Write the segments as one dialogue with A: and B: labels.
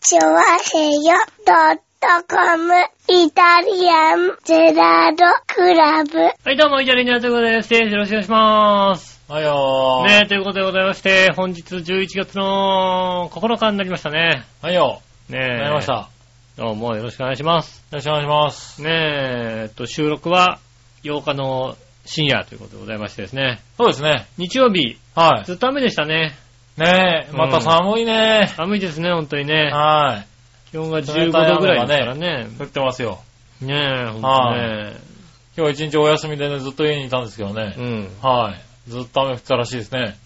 A: チョワヘヨドットコムイタリアンゼラードクラブ。
B: はい、どうも、イタリアンジャーということで、ステージよろしくお願いします。
C: はいよー。
B: ねえ、ということでございまして、本日11月の9日になりましたね。
C: はいよ。
B: ね
C: あ
B: え。
C: りがとうございました。。よ
B: どうも、よろしくお願いします。
C: ろしくお願いします。
B: ねえ、えっと、収録は8日の深夜ということでございましてですね。
C: そうですね。
B: 日曜日、
C: は
B: ずっと雨でしたね。
C: い。ねえ、また寒いね。
B: 寒いですね、本当にね。
C: は
B: 気温が15度ぐらいですからね。
C: い。降ってますよ。
B: ねえ、ほんとね。
C: 今日一日お休みでね、ずっと家にいたんですけど
B: う
C: ね。
B: ん。っ
C: はい。ずっと雨降ってたらしいですね。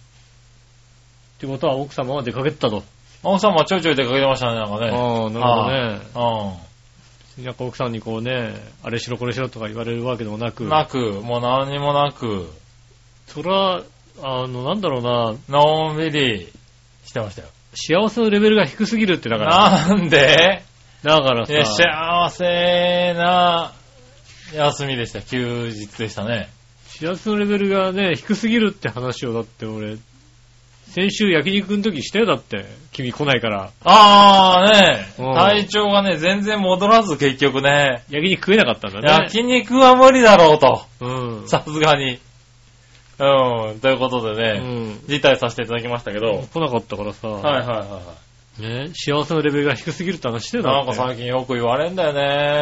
B: てことは奥様は出かけてたと。
C: 奥さんもちょいちょい出かけてましたね、なんか
B: ああ、なる
C: ね。
B: ほどね。
C: う
B: なんか奥さんにこうね、あれしろこれしろとか言われるわけでもなく、
C: ん。なく、もう何にもなく、
B: それは、あの、なんだろうな、
C: のんびりしてましたよ。
B: 幸せのレベルが低すぎるってだから、
C: なんで
B: だから
C: いや
B: さ、
C: 幸せな休みでした。休日でしたね。
B: 幸せのレベルがね、低すぎるって話をだって俺、先週焼肉の時したよだって、君来ないから、
C: あーね、
B: うん
C: 体調がね、全然戻らず結局ね。
B: 焼肉食えなかったんだね。
C: 焼肉は無理だろうと。
B: うん。
C: さすがに。うん、ということ
B: う
C: でね、
B: ん。
C: 辞退させていただきましたけど。
B: 来なかったからさ、
C: はいはいはいは
B: ね、幸せのレベルが低すぎるって話して
C: い。
B: よだ
C: な
B: っ
C: ん
B: て
C: か最近よく言われんだよ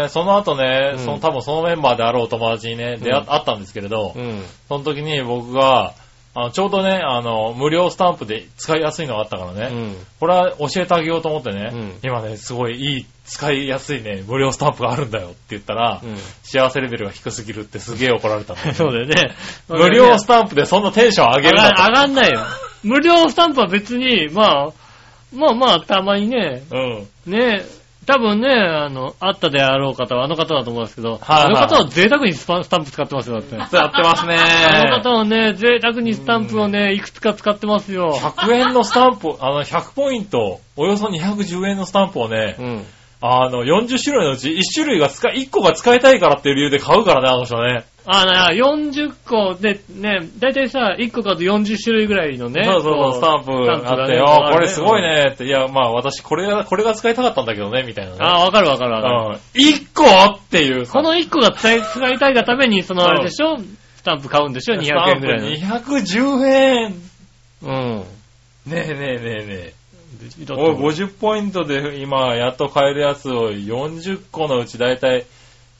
C: ね。その後ね、
B: うん
C: その多分そのメンバーであろう友達にね、出会
B: うん
C: 会ったんですけれど、
B: うん。
C: その時に僕が、あのちょうどね、あの、無料スタンプで使いやすいのがあったからね、
B: うん。
C: これは教えてあげようと思ってね、
B: うん
C: 今ね、すごいいい、使いやすいね、無料スタンプがあるんだよって言ったら、
B: うん。
C: 幸せレベルが低すぎるってすげえ怒られた の
B: そうだよね。
C: 無料スタンプでそんなテンション上げ
B: 上
C: る
B: が
C: な
B: 上がんないよ。無料スタンプは別に、まあ、まあまあ、たまにね、
C: と。うん。
B: ね、多分ね、あの、あったであろう方は、あの方だと思うんですけど、
C: はいはい
B: あの方は贅沢にスパスタンプ使ってますよ、だって。
C: やってますね。
B: あの方はね、贅沢にスタンプをね、いくつか使ってますよ。
C: 100円のスタンプ、あの、100ポイント、およそ210円のスタンプをね
B: う、ん。
C: あの、40種類のうち1種類が使い、1個が使いたいからっていう理由で買うからね、あの人ね。
B: あな40個で、ね、だいたいさ、1個買うと40種類ぐらいのね、
C: そうそうそう、スタンプ
B: が
C: あって、
B: ね
C: あこれすごい。ねって、いや、まあ私これが、これが使いたかったんだけどね、みたいなね。
B: あわかるわかるわかる。
C: うん、1個っていうさ。
B: この1個が使い使いたいがために、そのあれでしょスタンプ買うんでしょ ?200 円ぐらいの。
C: スタンプ210円。
B: うん。
C: ねえねえねえねえ。
B: だ
C: おい、
B: って
C: 50ポイントで今、やっと買えるやつを40個のうちだいたい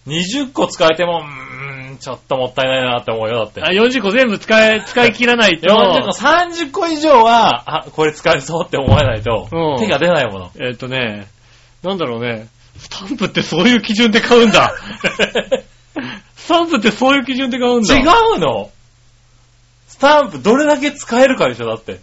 C: 20個使えても、うーん、ちょっともったいないなって思うよ、だって。
B: あ40個全部使い、使い切らないと。
C: 40個、30個以上は、あ、これ使えそうって思えないと
B: うん、
C: 手が出ないもの。
B: えっ、とね、なんだろうね。スタンプってそういう基準で買うん だ。スタンプってそういう基準で買うんだ。
C: 違うのスタンプどれだけ使えるかでしょ、だって。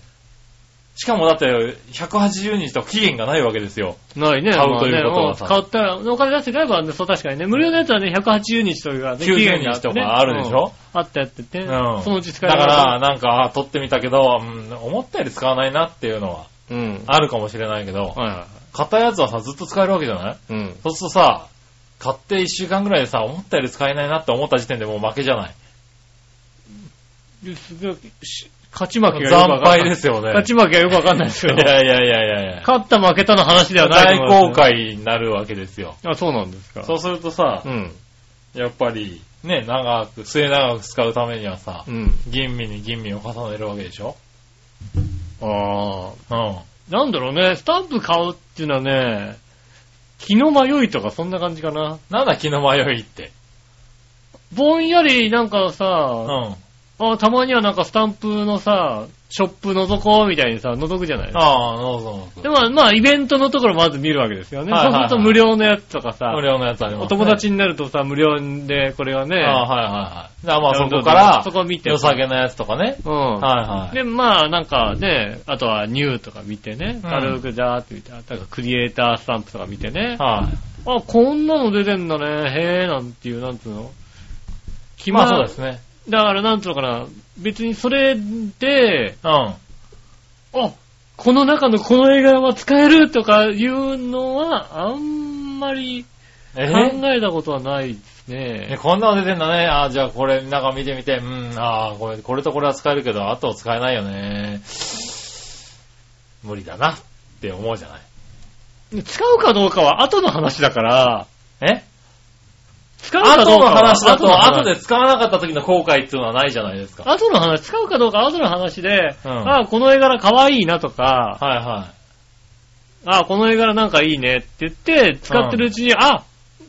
C: しかもだって、180日と期限がないわけですよ。
B: ないね。
C: 買うということはさ
B: まあねうん買ったら、お金出して買えばね、そう確かにね。無料のやつはね、180日というか、ね、
C: 90
B: 期限があっ
C: 日
B: て
C: と
B: ね
C: かあるでしょ、
B: うんあったやってて、
C: うん
B: そのうち使え
C: だ
B: る
C: から、、なんか、あ撮ってみたけど、うん、思ったより使わないなっていうのは、
B: うん。
C: あるかもしれないけど、
B: はいは
C: 買ったやつはさ、ずっと使えるわけじゃない
B: い。うん。
C: そうするとさ、買って1週間ぐらいでさ、思ったより使えないなって思った時点でもう負けじゃない。
B: ですごいし勝ち負けがよくわか
C: 惨
B: んない。
C: 敗ですよね
B: 勝。ち負けはよくわかんないです
C: い
B: けど。
C: やいやいやいやいや。
B: 勝った負けたの話ではない
C: 大
B: と思い
C: 公
B: ますね。
C: 開になるわけですよ。
B: あ、そうなんですか。
C: そうするとさ
B: う。、ん。
C: やっぱり、ね、長く、末長く使うためにはさ
B: う、ん。
C: 吟味に吟味を重ねるわけでしょ
B: ああ。
C: うん。
B: なんだろうね、スタンプ買うっていうのはね、気の迷いとかそんな感じかな。
C: なんだ気の迷いって。
B: ぼんやりなんか
C: うん。
B: さ、
C: あ
B: あたまにはなんかスタンプのさ、ショップ覗こうみたいにさ、覗くじゃない
C: あ、どうぞどう
B: で
C: ぞ。
B: もまあイベントのところまず見るわけですよね。
C: はいはいはい
B: そうすると無料のやつとかさ
C: 無、料のやつあります、ね。
B: お友達になるとさ、無料でこれは
C: あ
B: ね、
C: あ、はいはいはい。だからま
B: な
C: あ
B: る
C: そ
B: ほど
C: こから、
B: そこ見て
C: 良さげなやつとかね。
B: うん。
C: はいはい。
B: で、まあ、なんかね、あとはニューとか見てね、
C: うん
B: 軽くザーって見て、あとはクリエイタースタンプとか見てね、
C: はい。
B: あ、こんなの出てんだね、へえ、なんていう、なんつうの気
C: まあそうですね。
B: だから、なんつうのかな、別にそれで、
C: うん。
B: あ、この中のこの映画は使えるとかいうのは、あんまり
C: え
B: 考えたことはないです
C: え
B: ね。
C: こんなの出てんだね。ああ、じゃあこれ、なんか見てみて。うん、ああ、これ、これとこれは使えるけど、あと使えないよね。無理だなって思うじゃない。
B: 使うかどうかは後の話だから、
C: え
B: 使うかど
C: 後
B: う
C: の
B: かは
C: 話だと、後で
B: 話
C: 使わなかった時の後悔っていうのはないじゃないですか。
B: 後の話、使うかどうかは後の話で、
C: うん
B: ああ、この絵柄可愛いなとか、
C: はいは
B: ああ、この絵柄なんかいいねって言って、使ってるうちに、あ、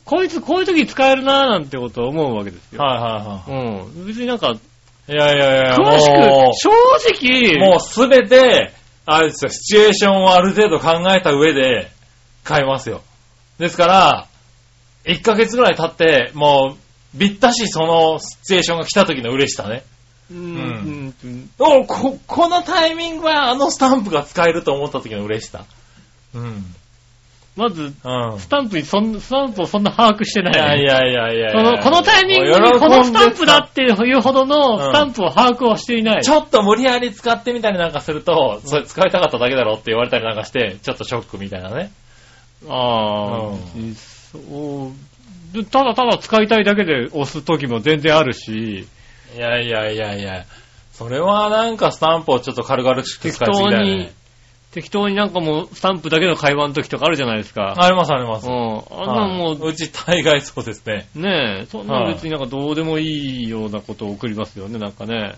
B: こいつこういう時使えるなーなんてことを思うわけです
C: い。
B: よ。
C: はいは
B: うん。別になんか、
C: いはい。いやいやいや、
B: 詳しく
C: も、
B: 正直、
C: う、もうすべて、あれですよ、シチュエーションをある程度考えた上で、変えますよ。ですから、1ヶ月ぐらい経って、もう、びったしそのシチュエーションが来た時の嬉しさね。
B: う、ん、うん、
C: おこ、このタイミングはあのスタンプが使えると思った時の嬉しさ。うん。
B: まず、
C: うん。
B: スタンプにそん、スタンプをそんな把握して
C: い
B: な
C: や
B: い。
C: いやいやいやい
B: こ
C: や
B: の、このタイミングにこのスタンプだっていうほどのスタンプを把握をしていない。
C: ちょっと無理やり使ってみたりなんかすると、それ使いたかっただけだろって言われたりなんかして、ちょっとショックみたいなね。
B: ああ
C: うん、
B: 別にそうでただただ使いたいだけで押す時も全然あるし、
C: いやいやいやいや。それはなんかスタンプをちょっと軽々しく
B: 適
C: 使いすぎ
B: 当
C: だよ
B: に
C: ね。、
B: 適当になんかもうスタンプだけの会話の時とかあるじゃないですか。
C: ありますありま
B: う
C: す。
B: ん。
C: はい
B: あんなのもう、
C: うち大概そうですね。
B: ねえ、そんなの別になんかどうでもいいようなことを送りますよね、なんかね。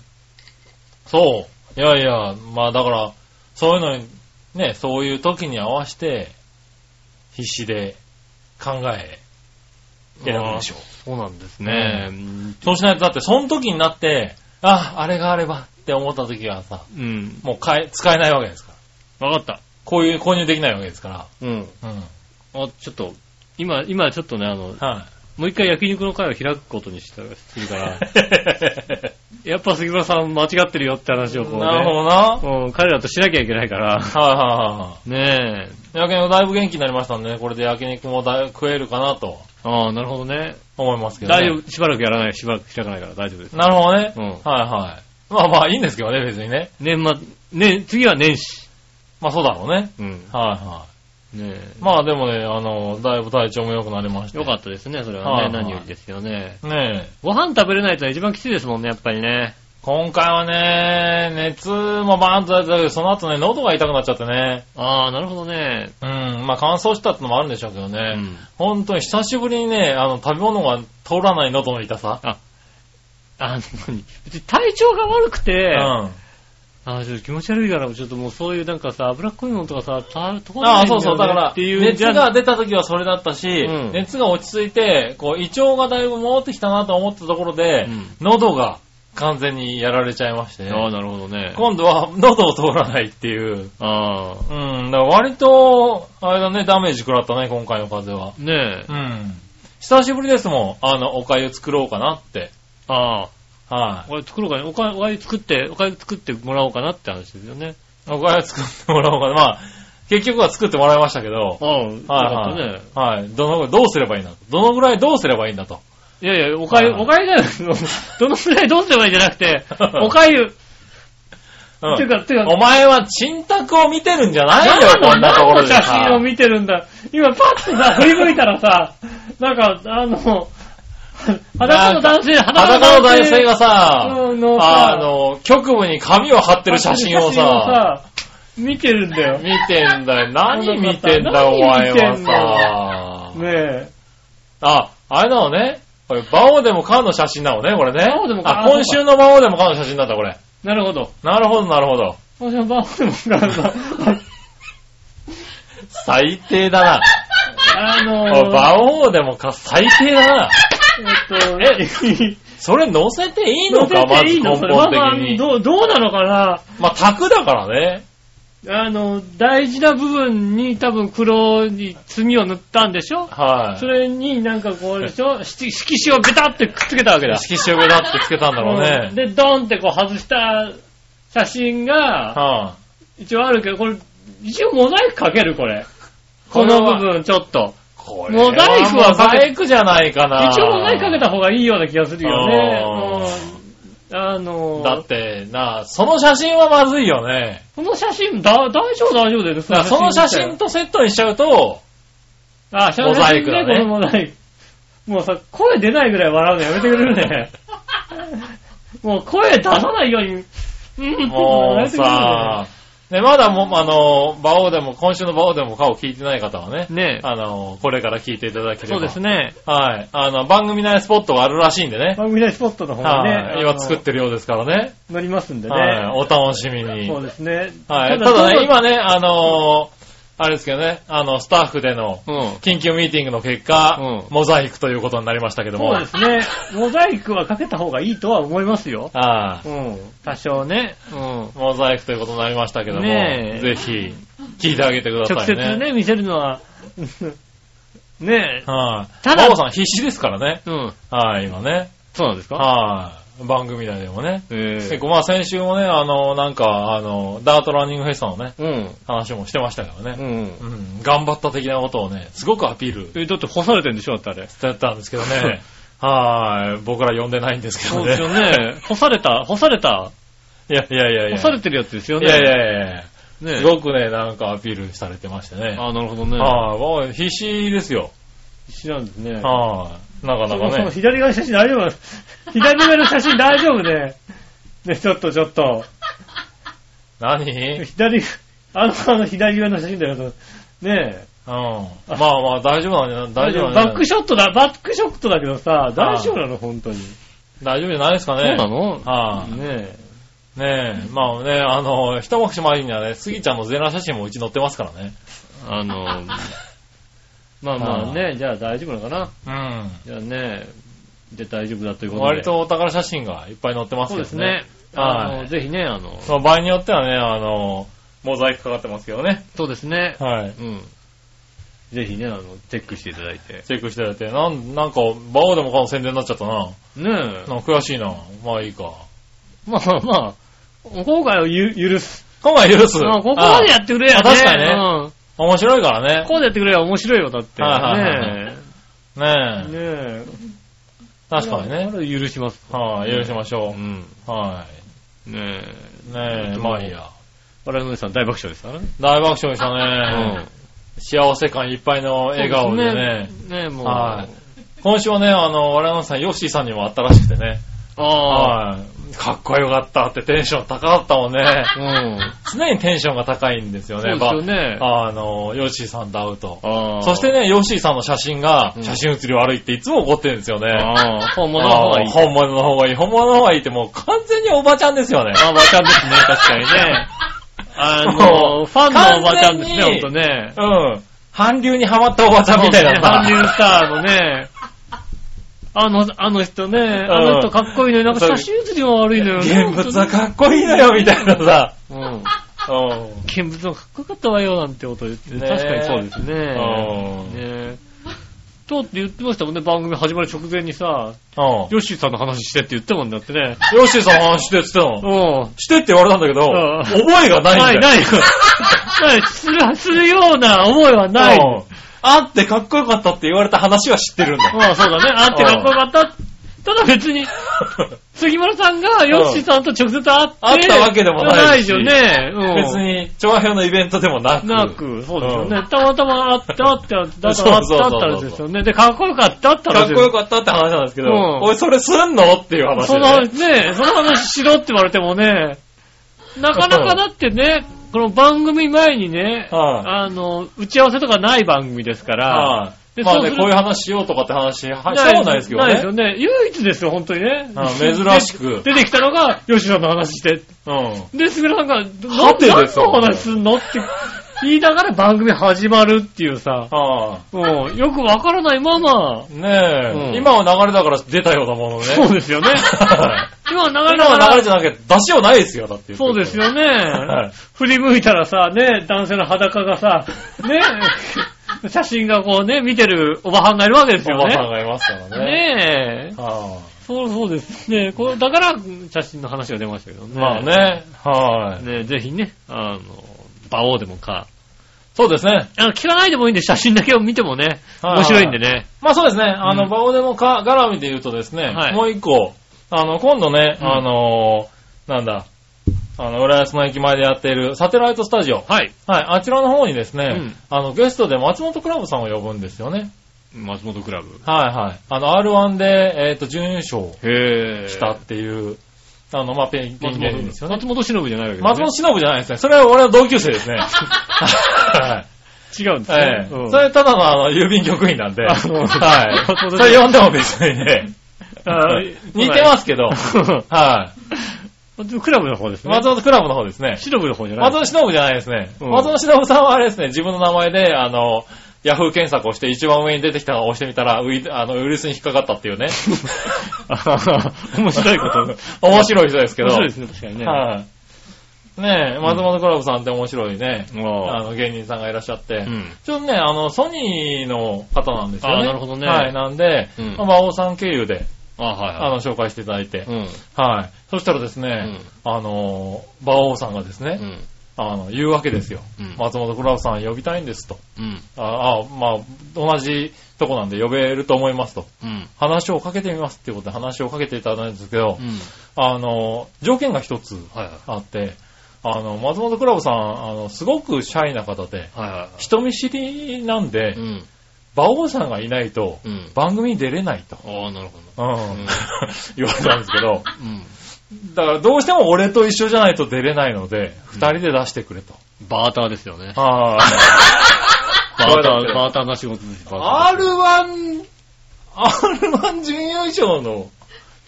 C: そう。いやいや、まあだから、そういうのに、ね、そういう時に合わせて、必死で考え、選ぶでしょう。
B: そうなんですね。
C: そうしないと、だってその時になって、あ、あれがあればって思った時はさ、
B: うん。
C: もう買え使えないわけですから。
B: わかった。
C: こういう購入できないわけですか
B: うん。
C: ら。うん。
B: あ、ちょっと、今、今ちょっとね、あの、
C: は
B: もう一回焼肉の会を開くことにしたする から、
C: い。
B: やっぱ杉村さん間違ってるよって話をこうね、
C: なるほどな。
B: うん、彼らとしなきゃいけないから、
C: は
B: ねえ。
C: いはいはい。焼肉だいぶ元気になりましたんでね、これで焼肉もだい食えるかなと
B: ああ、なるほどね。
C: 思いますけど、ね。
B: 大丈。夫、しばらくやらない、しばらく開かないから大丈夫です。
C: なるほどね。
B: うん
C: はいはい。まあまあいいんですけどね、別にね。
B: 年末、ね、次は年始。
C: まあそうだろうね。
B: うん。
C: はいは
B: ね
C: い。まあでもね、あの、だいぶ体調も良くなりまし
B: え。
C: て。
B: よかったですね、それ
C: は
B: はいね。
C: はい
B: 何よりですよね。
C: た。ねえ。
B: ご飯食べれないと一番きついですもんね、やっぱりね。
C: 今回はね、熱もバーンと出てたけど、その後ね、喉が痛くなっちゃってね。
B: ああ、なるほどね。
C: うん。まあ乾燥したってのもあるんでしょうけどね。
B: うん
C: 本当に久しぶりにね、あの、食べ物が通らない喉の痛さ。
B: あの、何別に体調が悪く
C: う
B: て、
C: ん。
B: あ
C: あ
B: あちょっと気持ち悪いから、ちょっともうそういうなんかさ、脂っこいものとかさ、たとこ
C: あそうそう。だから、
B: っていうん
C: 熱
B: じゃ
C: が出た時はそれだったし、
B: うん
C: 熱が落ち着いて、こう、胃腸がだいぶ戻ってきたなと思ったところで、
B: うん
C: 喉が完全にやられちゃいまして、
B: ああ、なるほどね。
C: 今度は喉を通らないっていう。
B: あ
C: うん。だから割と、あれだね、ダメージ食らったね、今回の風邪は。
B: あ、ねえ
C: う。ん。久しぶりですもん。あの、お粥作ろうかなって。
B: ああ、
C: は
B: これ作ろうかね。おかおかゆ作って、おかゆ作ってもらおうかなって話ですよね。
C: い。お粥作ってもらおうかな。まあ、結局は作ってもらいましたけど。
B: ああ、
C: は
B: よ
C: いは
B: か
C: い
B: っ。
C: はい。どの、どうすればいいんだどのぐらいどうすればいいんだと。
B: たね。いやいや、おかゆ、
C: はい
B: おかゆだよ。 どのくらいどうすればいいんじゃなく て、おかゆ。
C: うん
B: ていうか、ていうか、
C: お前は沈託を見てるんじゃないよ、こんなところ
B: 何
C: で
B: の写真を見てるんだ。今パッとさ、振り向いたらさ、なんか、あの、裸の男性、
C: 裸の男性が
B: う
C: さ、
B: んのさ
C: あの、局部に紙を貼ってる写真をさ、
B: さ、見てるんだよ。ね
C: 見てんだよ。何見てんだ、お
B: 何
C: 前
B: 見てんの
C: はさ。
B: え。
C: あ、あれなのね。これ、バオでもカーの写真なのね、これね。
B: バオでもカー
C: あ、今週のバオでもカーの写真なんだこれ。
B: なるほど。
C: なるほど、なるほど。
B: 私はバーでもからさ、
C: 最低だな。
B: あの、
C: おいバオでもカー、最低だな。
B: えっと、え、
C: それ乗せていいの
B: 乗せ
C: か、ま
B: て
C: ず
B: いい
C: 根
B: のそれま
C: 本
B: あ
C: 的
B: まあ
C: に。
B: どう、どうなのかな
C: まあ、卓だからね。
B: あの、大事な部分に多分黒に墨を塗ったんでしょ
C: はい。
B: それになんかこうでしょ色色紙をベタってくっつけたわけだ。
C: 色紙をだってつけたんだろう
B: うん
C: ね。
B: で、ドンってこう外した写真が、
C: は
B: 一応あるけど、これ、一応モザイクかけるこれ。
C: こ
B: こ
C: れは
B: の部分、ちょっと。
C: こ
B: れはモザイクは
C: モザイクじゃないかな。
B: 一応モザイクかけた方がいいような気がするよね。
C: あ
B: うんあの
C: だって、なあ、その写真はまずいよね。
B: この写真、だ大丈夫大丈夫です。
C: だからその写真とセットにしちゃうと、
B: あ、写真
C: モザイクだ
B: ね、
C: ね
B: このモザイク。もうさ、声出ないぐらい笑うのやめてくれるね。もう声出さないように、うん、
C: もう
B: やめてくれるね
C: さ、ね、まだもう、あの、馬王でも、今週の馬王でも顔聞いてない方はね、
B: ね
C: あの、これから聞いていただければ。
B: そうですね。
C: はい。あの、番組内スポットがあるらしいんでね。
B: 番組内スポットの方に
C: は
B: ね、
C: い。今作ってるようですからね。
B: 乗りますんでね。
C: はい。お楽しみに。
B: そうですね。
C: はい。ただね、
B: 今、
C: 今ね、あのーあれですけどね、あの、スタッフでの
B: うん。
C: 緊急ミーティングの結果、
B: うん
C: モザイクということになりましたけども。
B: そうですね。モザイクはかけた方がいいとは思いますよ。
C: ああ
B: うん。多少ね。うん。
C: モザイクということになりましたけども、
B: ねえ
C: ぜひ、聞いてあげてくださ
B: 直
C: いね。
B: 接ね、見せるのは、ねえ。
C: はい。
B: た
C: た
B: だ
C: だ、さん必死ですからね。
B: うん。
C: はい、今ね。
B: そうなんですか
C: はい。番組内でもね。
B: え
C: 結構、まあ先週もね、あの、なんか、あの、ダートランニングフェスタのね、
B: うん。
C: 話もしてましたから
B: う
C: ね。
B: ん。
C: うん。頑張った的なことをね、すごくアピール
B: え、だって干されてんでしょだってあれ。
C: だったんですけ どね。はい。僕ら呼んでないんですけ
B: そ
C: ど
B: う
C: ね。
B: ですよね。干された、干された、
C: いやいやいやいや。
B: 干されてるやつですよ
C: い
B: ね。
C: やいやいやいや。
B: ね
C: すごくね、なんかアピールされてましてね。
B: ああ、なるほどね。
C: はい。もう必死ですよ。
B: 知らんですね。
C: はい。なかな
B: そもそ
C: か
B: も
C: ね。
B: 左側の写真大丈夫 左側の写真大丈夫ね。ね、ちょっとちょっと。
C: 何うん。
B: 左、あの、あの左側の写真だけど、ねえ。
C: まあまあ大丈夫なんじゃ、大丈夫
B: バ
C: なんじ
B: ッ
C: ゃ
B: クショットだ、バックショットだけどさ、大丈夫なの本当に。
C: 大丈夫じゃないですかね。
B: の
C: はい。
B: ねえ。
C: ねえ、まあね、あの、一目し前にはね、スギちゃんの全裸写真もうち載ってますからね。
B: あ の、まあまあね、じゃあ大丈夫なのかな。
C: う
B: じゃあね、じゃあ大丈夫だというこ
C: ん。
B: とで。
C: 割とお宝写真がいっぱい載ってます
B: そう
C: けど
B: で
C: ね。
B: すね。
C: はい
B: あの、ぜひね、あの、
C: まあ場合によってはね、あの、モザイクかかってますけどね。
B: そうですね。
C: は
B: う
C: い。
B: ん。ぜひね、あの、チェックしていただいて。
C: チェックしていただいて、なん、なんか、バオでもこの宣伝になっちゃったな。
B: ねえ。
C: なんか悔しいな。まあいいか。
B: まあまあ、今回をゆ許す。
C: 今回許す。
B: まあ、ここまでや
C: あ
B: ってくれやね。
C: あ確かにね
B: うん。
C: あ面白いから
B: こ
C: ね
B: こ。までやってくれや面白いよ、だって。
C: はいはい
B: ねえ。
C: ね
B: ね
C: え。
B: え。
C: 確かにね。
B: これ許します。
C: はい、許しまし
B: う
C: ょ
B: ん。
C: う。は
B: ねえ。
C: い。ねえ、まあいいや。
B: 我々のさん大爆笑ですからね。
C: 大爆笑でしたね。幸せ感いっぱいの笑顔でね。
B: そうですね。ねえ、もう。
C: はい今週はね、あの、我々のさん、ヨッシーさんにも会ったらしくてね。
B: ああ。
C: はい。かっこよかったってテンション高かったもんね。
B: うん。
C: 常にテンションが高いんですよ
B: そうで
C: ね、
B: すよね。
C: ばあの、ヨッシーさんと会うと。
B: ああ
C: そして
B: ね、
C: ね、ヨッシーさんの写真が
B: う、ん
C: 写真写り悪いっていつも怒ってるんですよね。
B: ああ、本物の方
C: あ
B: がい
C: ー
B: い。
C: 本物の方がいい。本物の方がいいってもう完全におばちゃんですよね。
B: あ、おばちゃんですね、確かにね。あ
C: も
B: の、
C: う
B: ファンのおばちゃんですね、
C: 完
B: ほ
C: 全
B: ん
C: に
B: とね。
C: うん。韓流にハマったおばちゃんみたいなさ。
B: 韓流スターのね、あの、あの人ね、あの人かっこいいのになんか
C: そう
B: 写真写りも悪いのよ ね。
C: 現物はかっこいいのよ、みたいなさ。
B: うん。
C: うん。
B: 見物もかっこよかったわよ、なんてこと言って、
C: ねえ
B: 確かにそうですね。
C: うん
B: ねえ。とって言ってましたもんね、番組始まる直前にさ、
C: うん。
B: ヨッシーさんの話してって言ってもんだってね。
C: ヨッシーさんの話してって言って
B: う
C: たの。
B: ん。
C: してって言われたんだけ
B: う
C: ど、
B: ん
C: 覚えがないん
B: な
C: だよ。
B: い、 ない。ないする、するような思いはない。
C: うん会ってかっこよかったって言われた話は知ってるんだよ。
B: まあそうだね。あってかっこよかった。ただ別に、杉村さんがヨッシーさんと直接会って、
C: 会ったわけでもないし
B: じゃないよね。うん、
C: 別。に、調和表のイベントでもなく。
B: なく、そうですよ
C: う
B: ね。たまたま会って会って会って、だから会ったったらですよね。で、かっこよかったったら
C: かっこよ
B: っ
C: かったって話なんですけど、
B: うん
C: おい、それすんのっていう話
B: そ
C: で、
B: の話ね、その話しろって言われてもね、なかなかだってね、この番組前にね、
C: はい
B: あの、打ち合わせとかない番組ですから、
C: はい
B: で
C: まあ
B: そう
C: ね、
B: する
C: こういう話しようとかって話、はしたことないですけど
B: な
C: ね。
B: いですよね。唯一ですよ、本当にね。
C: あ珍しく
B: で出てきたのが、吉野の話して。
C: うん。
B: で、杉村さんが、ど
C: はて
B: 何
C: ですよ
B: の話すんのって言いながら番組始まるっていうさ、
C: は
B: もうよくわからないまま、
C: い。ねえ、
B: うん
C: 今は流れだから出たようなものね。
B: そうです よね。今は流れ
C: 今
B: なが
C: は流れ
B: ら、
C: じゃなくて、出しようないですよ、だって。
B: そうですよ
C: は
B: ね
C: い。
B: 振り向いたらさ、ね、男性の裸がさ、 ね、写真がこうね、見てるおばはんがいるわけです
C: お
B: よ
C: ばさん
B: ね。
C: がいますからね。
B: ねえ。
C: は
B: そうそうですね。こうだから、写真の話が出ましたけど
C: い
B: ね。
C: まあ。ね、はい。
B: ね、ぜひね、あの、馬王でもか。
C: そうですね。
B: あの、聞かないでもいいんで、写真だけを見てもね、
C: はい
B: 面白いんでね。
C: まあそうですね、あ
B: う
C: の、
B: ん
C: バオデモか、絡みで言うとですね、
B: はい
C: もう一個、あの、今度ね、
B: うん
C: あのー、なんだ、あの、浦安の駅前でやっているサテライトスタジオ。はい。
B: はい。
C: あちらの方にですね、
B: うん
C: あの、ゲストで松本クラブさんを呼ぶんですよね。
B: 松本クラブ。
C: はいはい。あの、R1 で、えっ、と、準優勝
B: へぇー。
C: したっ。ていう、あの、まあ、ペン、ピン
B: 松
C: 芸人ですよ
B: 本、
C: ね。
B: 松本忍じゃないわけ
C: 松本忍じゃないですね。それは俺は同級生 ですね。はい。
B: 忍違うんです
C: え
B: ね。う
C: え。
B: ん
C: それただのあの、郵便局員なんで。
B: あそう
C: はい。
B: 松本
C: それ読んでも別にね。
B: あー
C: 似てますけど。は
B: クラブの方です
C: い。
B: ね。
C: 松本クラブの方ですね。
B: 忍の方じゃない
C: 松本忍じゃないですね。
B: うん
C: 松本忍さんはあれですね、自分の名前で、あの、ヤフー検索をして一番上に出てきたのを押してみたら、ウイあのウイルスに引っかかったって いうね。
B: あはは 面白いこと。
C: 面白い人ですけど。
B: 面白いですね、確かにね。
C: はい。ねえ、松本クラブさんって面白いね、あ
B: も
C: の芸人さんがいらっしゃって、
B: ううん。
C: ちょっとね、あの、ソニーの方なんですよね。
B: あーなるほどね
C: はい、なんで、
B: うん
C: まあ馬王さん経由で、
B: あ、はい
C: あ
B: は
C: の、紹介していただいて
B: い。、うん。
C: はい。そしたらですね、あの、馬王さんがですね、
B: うん。
C: あの、言うわけですよ。
B: うん
C: 松本クラブさん呼びたいんですと。
B: うん。
C: ああ、まあ、同じとこなんで呼べると思いますと。
B: うん。
C: 話をかけてみますっていうことで話をかけていただいたんですけど、
B: うん。
C: あの、条件が一つ
B: はいはい。
C: あって、あの、松本クラブさん、あの、すごくシャイな方で、
B: はいは
C: 人見知りなんで、
B: い。うん。
C: 馬王さんがいないと、
B: うん。
C: 番組に出れないと。
B: ああ、なるほど。
C: うん
B: ん
C: 言われたんですけど、
B: うん。
C: だからどうしても俺と一緒じゃないと出れないので、二人で出してくれと。
B: バーターですよね。
C: あ
B: バーター、バーターな仕事です。
C: あ、
B: バ
C: R1、R1 準優勝の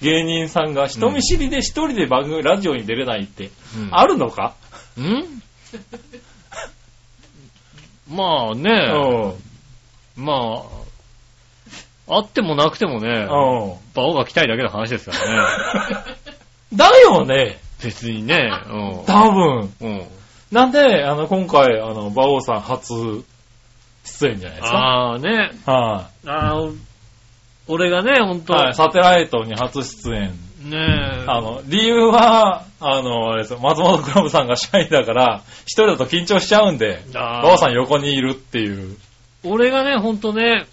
C: 芸人さんが人見知りで一人で番組、ラジオに出れないって、
B: ーター
C: あるのか
B: うん。うんまあね、
C: ん。
B: まあ、あってもなくてもね、
C: うん。
B: バオが来たいだけの話ですからね。
C: だよね、
B: 別にね、
C: 多分。
B: うん。うん。
C: なんで、あの、今回、あの、馬王さん初出演じゃないですか。
B: ああね、
C: は
B: ああ、俺がね、ほん
C: い、
B: と、
C: はい。サテライトに初出演。
B: ねえ、
C: あの、理由は、あの、あれですよ松本クラブさんがシャイだから、一人だと緊張しちゃうんで、
B: あー
C: 馬王さん横にいるっていう。
B: 俺がね、ほんとね、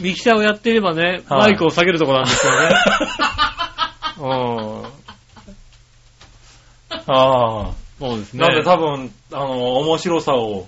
B: ミキサーをやっていればね、
C: はい
B: マイクを下げるとこなんです よね。うん。
C: ああ。
B: そうですね。
C: なんで多分、あの、面白さを、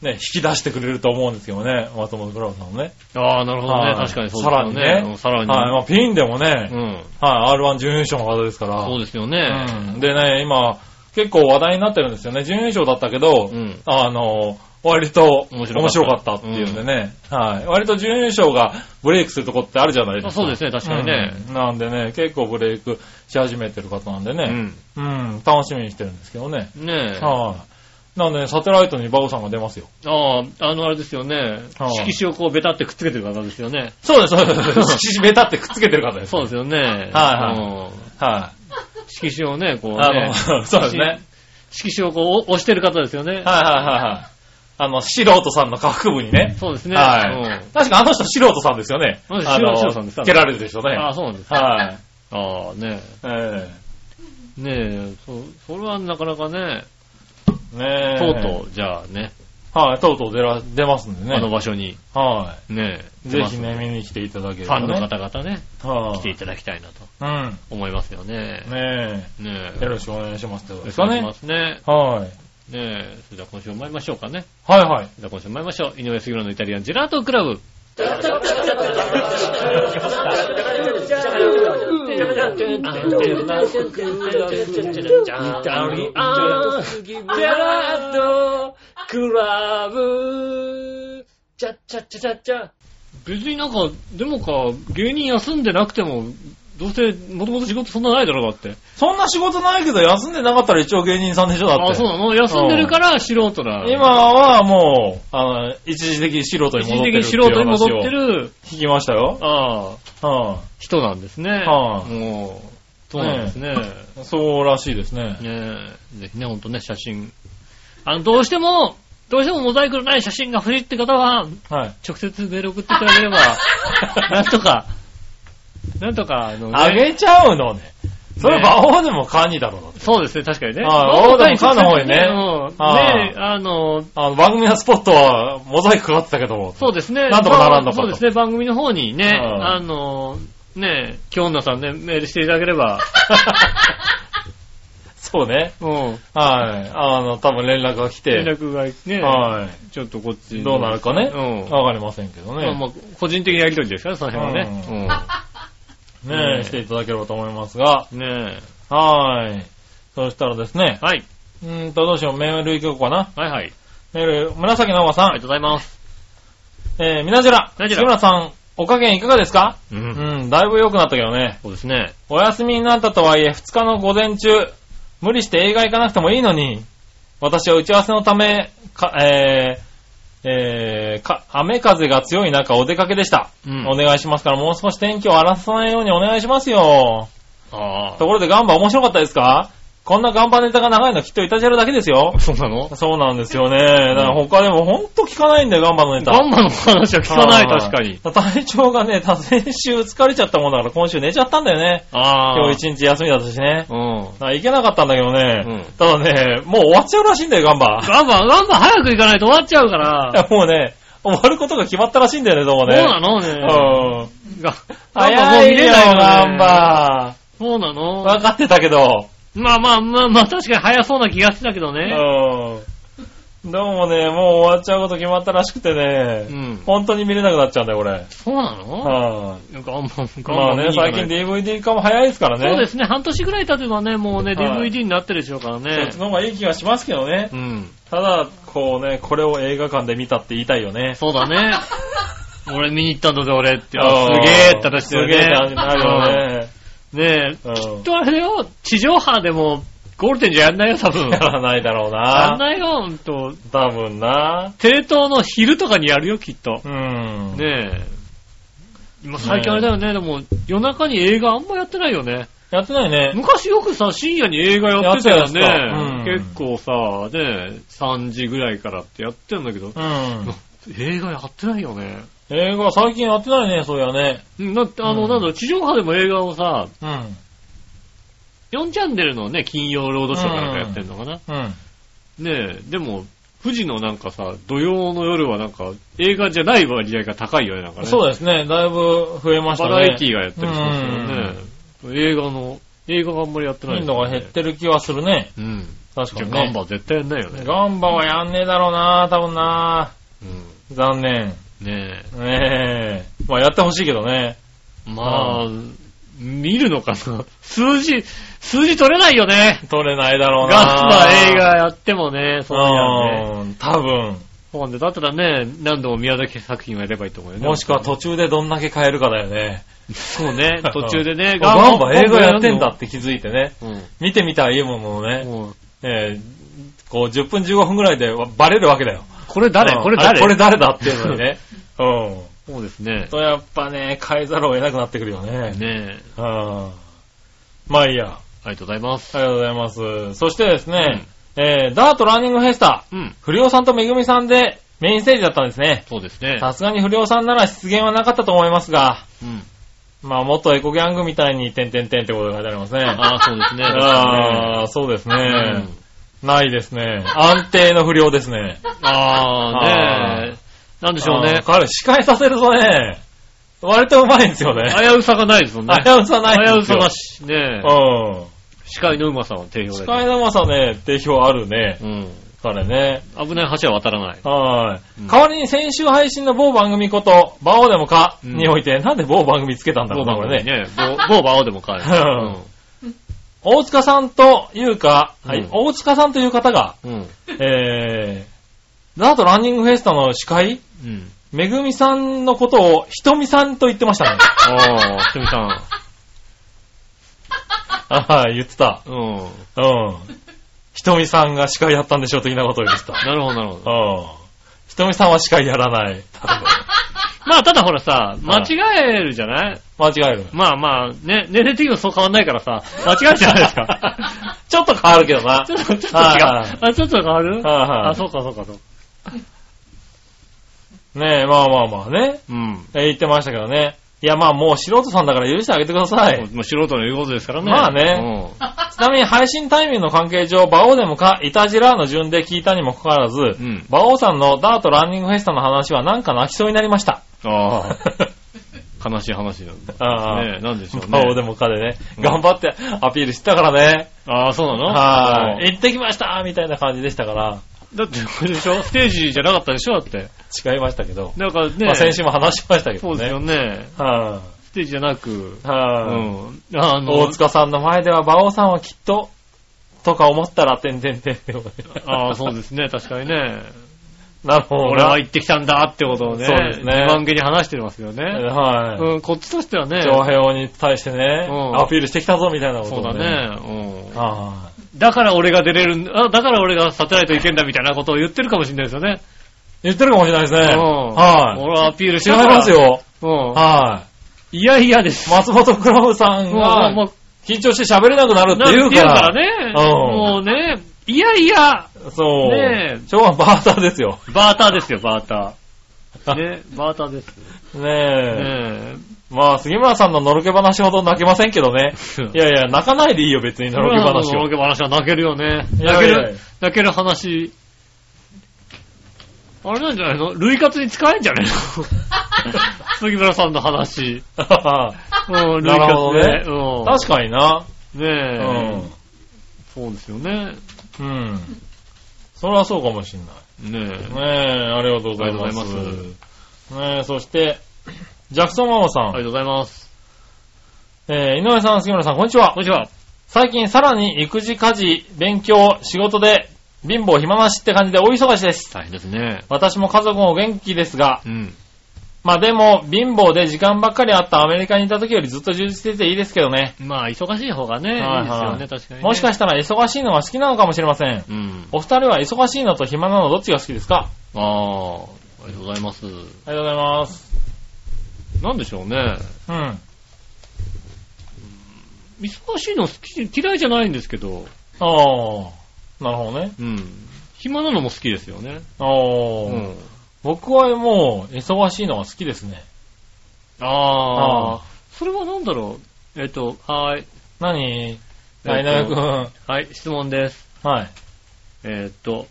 C: ね、引き出してくれると思うんですけどね、松本クラブさんもね。
B: ああ、なるほどね。
C: はい
B: 確かにそう
C: さらに
B: ですよ
C: ね
B: う。んさらに。
C: はい、まあ、ピンでもね、
B: うん。
C: はい、R1 準優勝の方ですから。
B: そうですよね。
C: うんでね、今、結構話題になってるんですよね。準優勝だったけど、
B: うん
C: あの、割と
B: 面
C: 面
B: 白かった
C: 白かったっていうんでね、はい。割と準優勝がブレイクするとこってあるじゃないです
B: あ
C: か。
B: そうですね、確かにね。
C: うんなんでね、結構ブレイクし始めてる方なんで
B: う
C: ね、
B: ん。
C: うん、楽しみにしてるんですけどね。
B: ねえ。
C: はい。なんでね、サテライトにバオさんが出ますよ。
B: ああ、あの、あれですよね。
C: はい
B: 色紙をこう、ベタってくっつけてる方ですよね。
C: そうです、そうです。 しべたってくっつけてる方です。
B: そうですよね。はい
C: はは
B: 色紙をね、こう
C: い。
B: ね。
C: あの、 そうですね。
B: 色紙をこう、押してる方ですよね。
C: はいはいはいはい。あの、素人さんの下腹部にね。
B: そうですね。
C: は
B: う
C: い。確かあの人素人さんですよね。
B: そうです
C: あの
B: 素人さんです。
C: 蹴られるでしょうんね。
B: ああ、そうなんです。
C: はい。
B: ああ、ね
C: え
B: え。ねえ、そう、それはなかなかね、
C: えねえ。
B: とうとう、じゃあね、
C: う。はい、とうとう出ら、出ますんで
B: あの
C: ね。
B: 場所に、
C: は
B: ねえ、
C: い。ぜひね、見に来ていただけ
B: 出
C: れ
B: ます
C: ば
B: ファンの
C: ね。
B: 方々ね、
C: は
B: 来てい
C: い。
B: ただきたいなと
C: うん。
B: 思いますよね。
C: ね
B: ね
C: え。よろしくお願いしますってこと
B: く
C: ですか
B: しま
C: ね。
B: すね。
C: はい。
B: ねえ、それでは今週も参りましょうかね。
C: はいはい。
B: じゃあ今週も参りましょう。井上杉村のイタリアンジェラートクラブ。別になんか、でもか、芸人休んでなくても、どうせ、もともと仕事そんなないだろうだって。
C: そんな仕事ないけど、休んでなかったら一応芸人さんでしょだって。
B: あ、そうなの休んでるから素人な。
C: 今、はもう、あの、一時的素人に
B: 一
C: 戻
B: 時
C: って
B: 的
C: る。
B: に素人に戻って。る、
C: 聞きましたよ。
B: ああ、
C: は
B: 人なんですね。
C: はい
B: もう、そうなんですね。
C: い。そうらしいですね。
B: ねえ、ぜひね、ほんとね、写真。あの、どうしても、どうしてもモザイクのない写真が欲しいって方は、
C: はい。
B: 直接メール送っていただけれ ば、なんとか、なんとか、あの、ね、
C: あげちゃうのね。それ、馬王でもカニだろうな。
B: そうですね、確かにね。
C: はい
B: そう
C: オーダーの缶の方にね
B: うん
C: はい
B: ねえ、あの、
C: あの、番組のスポットはモザイクかかってたけども。
B: そうですね。
C: なんとかならんのかと
B: そうですね、番組の方にね、
C: うん
B: あの、ねえ、今日女さんね、メールしていただけれ ば、
C: そうね。
B: うん。
C: はい。あの、多分連絡が来
B: 連
C: て。
B: 絡がね、
C: は
B: ちょっとこっち
C: い。
B: に
C: どうなるかね。
B: うん
C: わかりませんけど
B: まあ
C: ね。
B: まあ個人的なやりとりですから、その辺はね。
C: ねえ、していただければと思いますが。
B: うんねえ。
C: はーい。そしたらですね、
B: はい。
C: うーんと、どうしよう、メールいこうかな。
B: はいはい。
C: メール、紫のおばさ
B: ありが
C: ん
B: とう、ございます。
C: えー、みなじら、
B: みなじら
C: 杉村さん、お加減いかがですか
B: う。
C: うんん、だいぶ良くなったけどね。
B: そうですね。
C: お休みになったとはいえ、2日の午前中、無理して映画行かなくてもいいのに、私は打ち合わせのため、か、えー、えー、か、雨風が強い中お出かけでした。
B: うん
C: お願いしますから、もう少し天気を荒らさないようにお願いしますよ。
B: あ
C: ところでガンバ面白かったですかこんなガンバネタが長いのきっとイタジェラだけですよ
B: あ。。そうなの
C: そうなんですよね。だから他でもほんと聞かないんだよ、ガンバのネタ。
B: ガンマの話は聞かない、
C: はい
B: 確かに。。
C: 体調がね、た先週疲れちゃったもんだから今週寝ちゃったんだよね。
B: ああ。
C: 今日一日休みだったしね。
B: うん。
C: だから行けなかったんだけどね。
B: うん
C: ただね、もう終わっちゃうらしいんだよ、ガンバ。
B: ガンバ、ガンバ早く行かないと終わっちゃうから。
C: いや もうね、終わることが決まったらしいんだよね、どうも
B: そう
C: ね。
B: なのね。
C: うん。
B: が
C: 早いよ、ガン。
B: もう見れないよね
C: バ。
B: そうなの
C: 分かってたけど。
B: まあまあまあまあ、確かに早そうな気がしてたけどね。
C: うん。どうもね、もう終わっちゃうこと決まったらしくてね、
B: うん
C: 本当に見れなくなっちゃうんだよ、これ。
B: そうなの
C: は
B: ガンバ、
C: い。ま
B: ガ
C: あ
B: ンバ
C: ね、
B: 見に行かな
C: 最
B: い
C: 近 DVD 化も早いですからね。
B: そうですね、半年ぐらい経てばね、もうね、
C: はい
B: DVD になってるでしょうから
C: そっ
B: ね
C: ち。の方がいい気がしますけどね
B: う。ん。
C: ただ、こうね、これを映画館で見たって言いたいよね。
B: そうだ ね。俺見に行ったんだぜ、俺って。
C: あ
B: あ
C: ー
B: すげえって話だ
C: すげえって話
B: よ
C: に
B: ね。
C: なるよね。
B: ねえ、
C: うん
B: きっとあれよ、地上波でもゴールデンじゃやんないよ、多 分。
C: やらないだろう
B: やん
C: な。
B: ないよ、ほんと。
C: 多分な。
B: テレ東の昼とかにやるよ、きっと
C: う。ん。
B: ねえ。今最近あれだよね、でも夜中に映画あんまやってないよね。
C: やってないね。
B: 昔よくさ、深夜に映画やってたよ
C: やってたやっ
B: ね。
C: てたうん
B: 結構さ、ね、3時ぐらいからってやってんだけど、
C: うん。
B: 映画やってないよね。
C: 映画最近やってないね、そういやね。
B: うんだって、あの、
C: うん
B: なんだろう、地上波でも映画をさ、
C: うん。
B: 4チャンネルのね、金曜ロードショーかなんかやってんのかな。
C: うん。
B: ねえ、でも、富士のなんかさ、土曜の夜はなんか、映画じゃない割合が高いよね、なんかね。
C: そう
B: だ、
C: ですね。だいぶ増えました
B: バ
C: ね。
B: ラエティがやったりしますよね。映画の、映画があんまりやってない、
C: 頻度が減っ。てる気はするね。
B: うん。
C: 確
B: じ
C: か
B: ゃあガ
C: に
B: ン
C: ね。
B: バ絶対やんないよね。
C: ガンバはやんねえだろうな、多分な。
B: う
C: 残
B: ん。
C: 念。
B: ね
C: ねえ。まあやってほしいけどね。
B: え。まあ、見るのかな。数字、数字取れないよね。
C: 取れないだろ
B: ガ
C: う
B: ン
C: な。
B: バ映画やってもね、そうなんね。
C: うん、多分。
B: そうなんで、だったらね、何度も宮崎作品をやればいいと思うよね。
C: もしくは途中でどんだけ変えるかだよね。
B: そうね、 途中でね、
C: ガンバ映画やってんだって気づいてね。
B: うん。
C: 見てみたらいいものをね、
B: もう
C: えーこう10分15分ぐらいでバレるわけだよ。
B: これ誰
C: うん
B: これ
C: あ
B: 誰
C: これ誰だっていうのに ね。うん。
B: そうですね。
C: とやっぱね、変えざるを得なくなってくるよね。
B: ねえ。
C: うん。まあいいや。
B: ありがとうございます。
C: ありがとうございます。そしてですね、えーダートランニングフェスタ、
B: うん。
C: 不良さんとめぐみさんでメインステージだったんですね。
B: そうですね。
C: さすがに不良さんなら出現はなかったと思いますが、
B: うん。
C: まあ、元エコギャングみたいに、てんてんてんってことが書いてありますね。
B: ああ、そうですね。
C: ああ、そうです
B: う
C: ね
B: ん。
C: ないですね。安定の不良ですね。
B: ああ、ねえ。なんでしょう
C: あ
B: ね
C: ー。彼、司会させるとね、割とうまいんですよね。
B: 危うさがないですもんね。
C: 危うさない
B: 危
C: ん
B: う
C: です
B: さ
C: よ。
B: なし。ねえ。
C: うん。
B: 司会のうまさは定評
C: 司
B: で。
C: 会のうまさね、定評あるね。
B: うん。
C: 彼ね。
B: 危ない橋は渡らない。
C: は
B: う
C: い。
B: ん
C: 代わりに先週配信の某番組こと、バオでもか
B: うん
C: において、なんで某番組つけたんだろうな、これね。
B: ね。某某場をでも買える。
C: 大塚さんというか、はい
B: うん
C: 大塚さんという 方が、
B: うん。うん。
C: えー、ダートランニングフェスタの司会、
B: うん。
C: めぐみさんのことをひとみさんと言ってました ね。
B: ああ、ひとみさん。
C: ああ、言ってた。
B: うん。
C: うん。ひとみさんが司会やったんでしょ、的なことを言ってた。
B: なるほど、なるほど。
C: うん。ひとみさんは司会や らない。
B: まあ、ただほらさ、間違えるじゃない
C: 間違える。
B: まあまあ、ね、年齢的にもそう変わんないからさ、間違えるじゃないです か。
C: ちょっと変わるけどな
B: ち。ょっと、ちょっと違う。
C: は
B: あ、ちょっと変わる
C: はいはい
B: あ、そうか、そうか、そうか。
C: ねえ、まあまあまあね。
B: うん。
C: え言ってましたけどね。いやまあもう素人さんだから許してあげてください。
B: もう素人の言うことですからね。
C: まあねちなみに配信タイミングの関係上、バオでもか、イタジラーの順で聞いたにもかかわらず、
B: ん
C: バオさんのダートランニングフェスタの話はなんか泣きそうになりま した。
B: うん。ああ、 悲しい話なんだ。
C: ああ
B: ねなんでしょうね。
C: バオでもかでね、
B: うん
C: 頑張ってアピールしてたからね。
B: ああ、そうなの
C: はい。行ってきましたみたいな感じでしたから、
B: い。だって、これでしょステージじゃなかったでしょだって。
C: 違いましたけど。
B: なんかね、
C: まあ先週も話しましたけど
B: そうです
C: ね。
B: よね。
C: は
B: ってじゃなく、う
C: はい、
B: ん。あ
C: 大
B: の、
C: 塚さんの前では、馬王さんはきっと、とか思ったら、てんてんてんってことで
B: ああ、そうですね、確かにね。
C: なるほど
B: 俺
C: な。
B: は行ってきたんだってことをね、
C: そうですね
B: 自慢げに話してますよね。
C: はい。
B: うん、こっちとしてはね、
C: 長平王に対してね、
B: うん
C: アピールしてきたぞみたいなこと
B: そ
C: を
B: うだ。ね、うん。
C: は
B: だから俺が出れるんあ、だから俺がサテライト行けんだみたいなことを言ってるかもしれないですよね。
C: い。言ってるかもしれないですね。
B: うん
C: は
B: 俺はアピールし
C: い。違い
B: ながら
C: ます。よ。
B: う
C: は
B: ん。いやいやです。
C: い。松本クラブさん
B: もう、
C: が
B: もう、
C: 緊張して喋れなくなるって言
B: な
C: うん
B: て言
C: か
B: う
C: ら。
B: からね。
C: うん
B: もうね、いやいや、
C: そう。
B: ねえ
C: 昭和バーターですよ。
B: バーターですよ、バーター。 ね、バーターです。
C: ねえ。
B: ね
C: まあ、杉村さんののろけ話ほど泣けませんけどね。
B: え。
C: いやいや、泣かないでいいよ、別にのろけ話
B: のろ
C: を。
B: け話は泣けるよね。
C: い
B: 泣
C: やいや
B: け
C: いや
B: る、泣ける話。あれなんじゃないの類活に使えんじゃないの 杉村さんの話。うん、類
C: なるほ
B: 活
C: どね
B: で。うん。
C: 確かにな。
B: ね
C: う
B: え、
C: ん。
B: そうですよね。
C: うん。それはそうかもしんない。
B: ねえ。
C: ねえ、ありがとうございます。
B: ありがとうござい
C: ねえ、そして、ジャクソンママさん、
B: ありがとうございます。
C: えー井上さん、杉村さん、こんにちは。こんにちは。最近さらに育児、家事、勉強、仕事で、貧乏暇なしって感じで大忙しです。
B: 大変ですね。
C: 私も家族も元気ですが、
B: うん。
C: まあでも、貧乏で時間ばっかりあったアメリカにいた時よりずっと充実してていいですけどね。
B: まあ、忙しい方がね、いい
C: はいはい
B: ですよね、確かに、ね。
C: もしか
B: し
C: したら忙しいのが好きなのかもしれません。
B: うん。
C: お二人は忙しいのと暇なのどっちが好きですか
B: ああ、ありがとうございます。
C: ありがとうございます。
B: なんでしょうね。
C: うん。
B: 忙しいの好き、嫌いじゃないんですけど、
C: ああ、なるほどね。
B: うん。暇なのも好きですよね。
C: ああ、
B: うん。
C: 僕はもう、忙しいのが好きですね。
B: あ
C: あ
B: あ。それはなんだろう。えっと、はーい。
C: 何
B: え
C: あ井上
B: っ
C: く
B: と
C: ん。
B: はい、質問です。
C: はい。
B: えっと、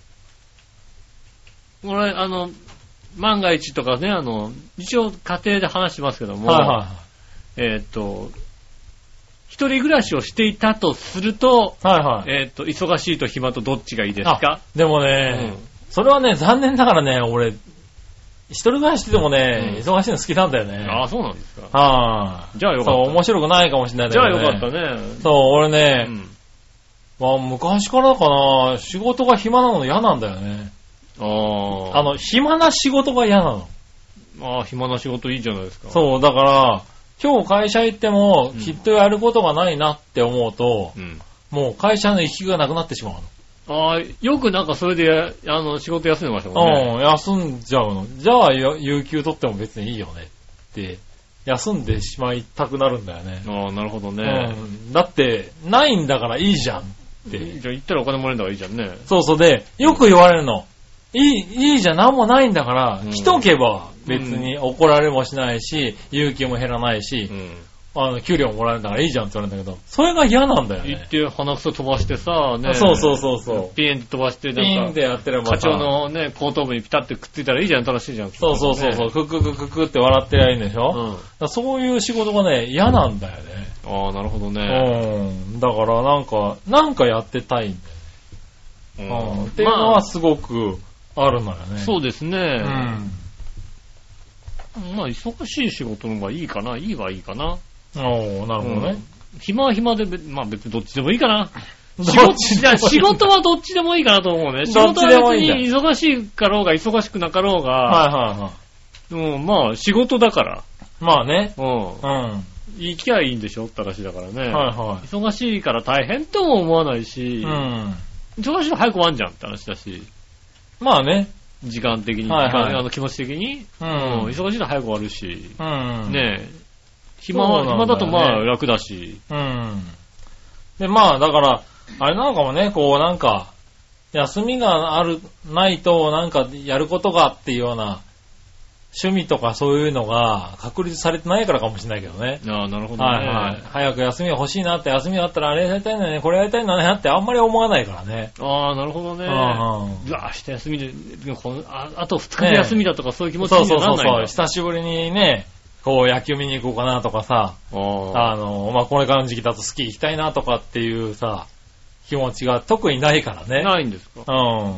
B: これ、あの、万が一とかね、あの、一応家庭で話しますけども、
C: はいは
B: えっと、一人暮らしをしていたとすると、
C: い。はいはい。
B: えっと、忙しいと暇とどっちがいいですか
C: でも
B: う
C: ね、
B: ん
C: それはね、残念ながらね、俺、一人暮らししててもね、
B: うん
C: 忙しいの好きなんだよね。
B: ああ、そうなんですか。
C: はい。
B: じゃあよか
C: そう、
B: っ
C: 面白くないかもしれない
B: た。
C: け
B: じ
C: ど
B: ゃあ
C: ね
B: よかったね。
C: そう、俺ね、
B: うん
C: まあ、昔からかな、仕事が暇なの嫌なんだよね。
B: あ
C: あの、暇な仕事が嫌なの。
B: ああ、暇な仕事いいじゃないですか。う。
C: そう、だから、今日会社行っても
B: う、ん
C: きっとやることがないなって思うと、
B: うん。
C: もう会社の行き来がなくなってしまう
B: ああ、よくなんかそれで、あの、仕事休んでましたもんね。
C: の。うん、休んじゃうの。じゃあ、よ有給取っても別にいいよねって、休んでしまいたくなるんだよね。
B: ああ、なるほど
C: う
B: ね。
C: ん、だって、ないんだからいいじゃんって。
B: じゃあ行ったらお金もらえるんだからいいじゃんね。
C: そうそうで、よく言われるの。いい、いいじゃん、なんもないんだから、
B: うん
C: 来とけば別に怒られもしないし、有給も減らないし、
B: うん。
C: あの、給料もらえるんだからいいじゃんって言われるんだけど、それが嫌なんだよ
B: 行っ
C: ね。
B: て鼻くそ飛ばしてさ、ね。
C: そうそうそうそう。
B: ピンって飛ばして、
C: ピ
B: な
C: ン
B: ん
C: で
B: か、
C: やってればさ
B: 課長。のね、後頭部にピタってくっついたらいいじゃん、楽しいじゃん。
C: そうそうそうそう、クククククって笑ってりゃいいんでしょ、だか
B: うん。
C: らそういう仕事がね、嫌なんだよね。
B: ああ、なるほどね。
C: うん。だからなんか、なんかやってたいん
B: う
C: だ
B: ん
C: よ。うん。っていうの
B: ま
C: は
B: あ
C: すごくあるのよね。
B: そうです
C: う
B: ね。
C: ん。
B: まあ、忙しい仕事の方がいいかな、いいはいいかな。
C: おーなるほどね。
B: うん暇は暇で別、まあ別にどっちでもいいかな。仕
C: どっ
B: 事
C: ち
B: いや仕
C: でもいい
B: 事はどっちでもいいかなと思うね。仕
C: どっ
B: 事
C: ちでも
B: はい
C: い
B: 別
C: んだ
B: に忙しいかろうが忙しくなかろうが、
C: はいはいはい。
B: うん、まあ仕事だから、
C: まあね。
B: うん
C: う、ん。は
B: 行きゃいいんでしょって話だからね、
C: いは
B: 忙しいから大変とも思わない
C: い。
B: し、
C: うん。
B: 忙しいの早く終わんじゃんって話だし、
C: まあね。
B: 時間的に、
C: はいはい
B: 時間あの気持ち的に、う
C: う
B: ん、
C: ん。
B: 忙しいの早く終わるし、
C: うん。
B: ねえ、暇
C: そう
B: は、
C: なんだよね
B: 暇だとまあ楽だし、
C: うん。で、まあ、だから、あれなのかもね、こう、なんか、休みがある、ないと、なんか、やることがっていうような、趣味とかそういうのが確立されてないからかもしれないけどね。
B: ああ、なるほどね。
C: はいはい。早く休みが欲しいなって、休みがあったらあれやりたいんだよね、これやりたいんだねってあんまり思わないからね。
B: ああ、なるほどね。
C: う
B: うん
C: うん
B: わ明日休みで、でもこのああと2日で休みだとか、そういう気持ち
C: そう
B: に
C: そ
B: は
C: う
B: な
C: そ
B: ら
C: う
B: ないん
C: そう。
B: だ
C: 久しぶりにね、こう野球見に行こうかなとかさ、
B: あ
C: あの、まあ、これからの時期だとスキー行きたいなとかっていうさ、気持ちが特にないから
B: あ
C: ね。
B: ないんですか
C: うん。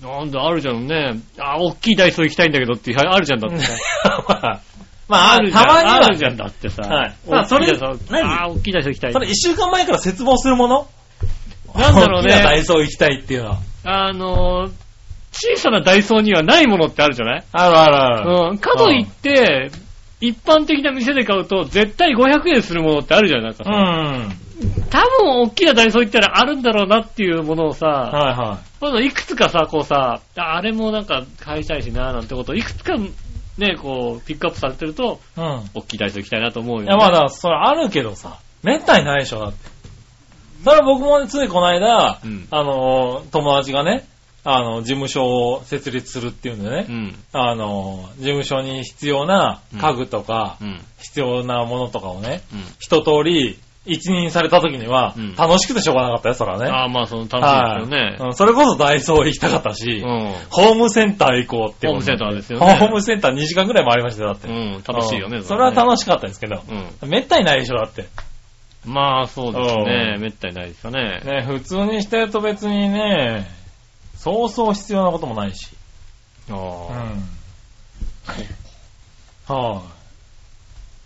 B: なんだ、あるじゃんね。あ、大きいダイソー行きたいんだけどっていう、あるじゃんだって。
C: まあまあ、
B: るじゃん
C: たまには
B: あるじゃんだってさ。
C: はいま
B: ま
C: あ
B: あ、
C: そ
B: そ
C: れ
B: れ、
C: 何
B: ああ、大きな人行きたい。
C: それ一週間前から絶望するもの
B: なんだ ろうね
C: 大きなダイソー行きたいっていうのは。
B: あのー、小さなダイソーにはないものってあるじゃない
C: あるあるある。
B: うん。かといって、一般的な店で買うと、絶対500円するものってあるじゃん。なんか
C: う
B: さ
C: ん。はい
B: 多分、大きなダイソー行ったらあるんだろうなっていうものをさ、
C: は
B: まだいくつかさ、こうさ、ああれもなんか買いたいしな、なんてことをいくつか、ね、こう、ピックアップされてると、
C: い。うん。
B: 大きいダイソー行きたいなと思うよ、ね。
C: いや、まあだから、それあるけどさ、めったにないでしょ、だって。それは僕もねついこの間、
B: うん
C: あのー、友達がね、あの、事務所を設立するっていうんでね、
B: うん。
C: あのー、事務所に必要な家具とか、
B: うん。
C: 必要なものとかをね、
B: うん。
C: 一通り一任された時には
B: う、ん
C: 楽しくてしょうがなかったよ、それはね。
B: ああ、まあ、その楽し
C: はい
B: いですよね。
C: うんそれこそダイソー行きたかったし、
B: うん。
C: ホームセンター行こうって
B: ホ
C: こ
B: ー
C: と
B: ムセンターですよね。
C: ホームセンター2時間くらい回りましたよ、だって。
B: うん、楽しいよ
C: う
B: ね。
C: んそれは
B: ね
C: 楽しかったですけど、めったにないでしょ、だって。
B: うん。まあ、そうです
C: う
B: ね。
C: ん
B: めったにないですかね。
C: ね、普通にしてると別にね、そうそう必要なこともないし。うん。
B: ああ。
C: はい、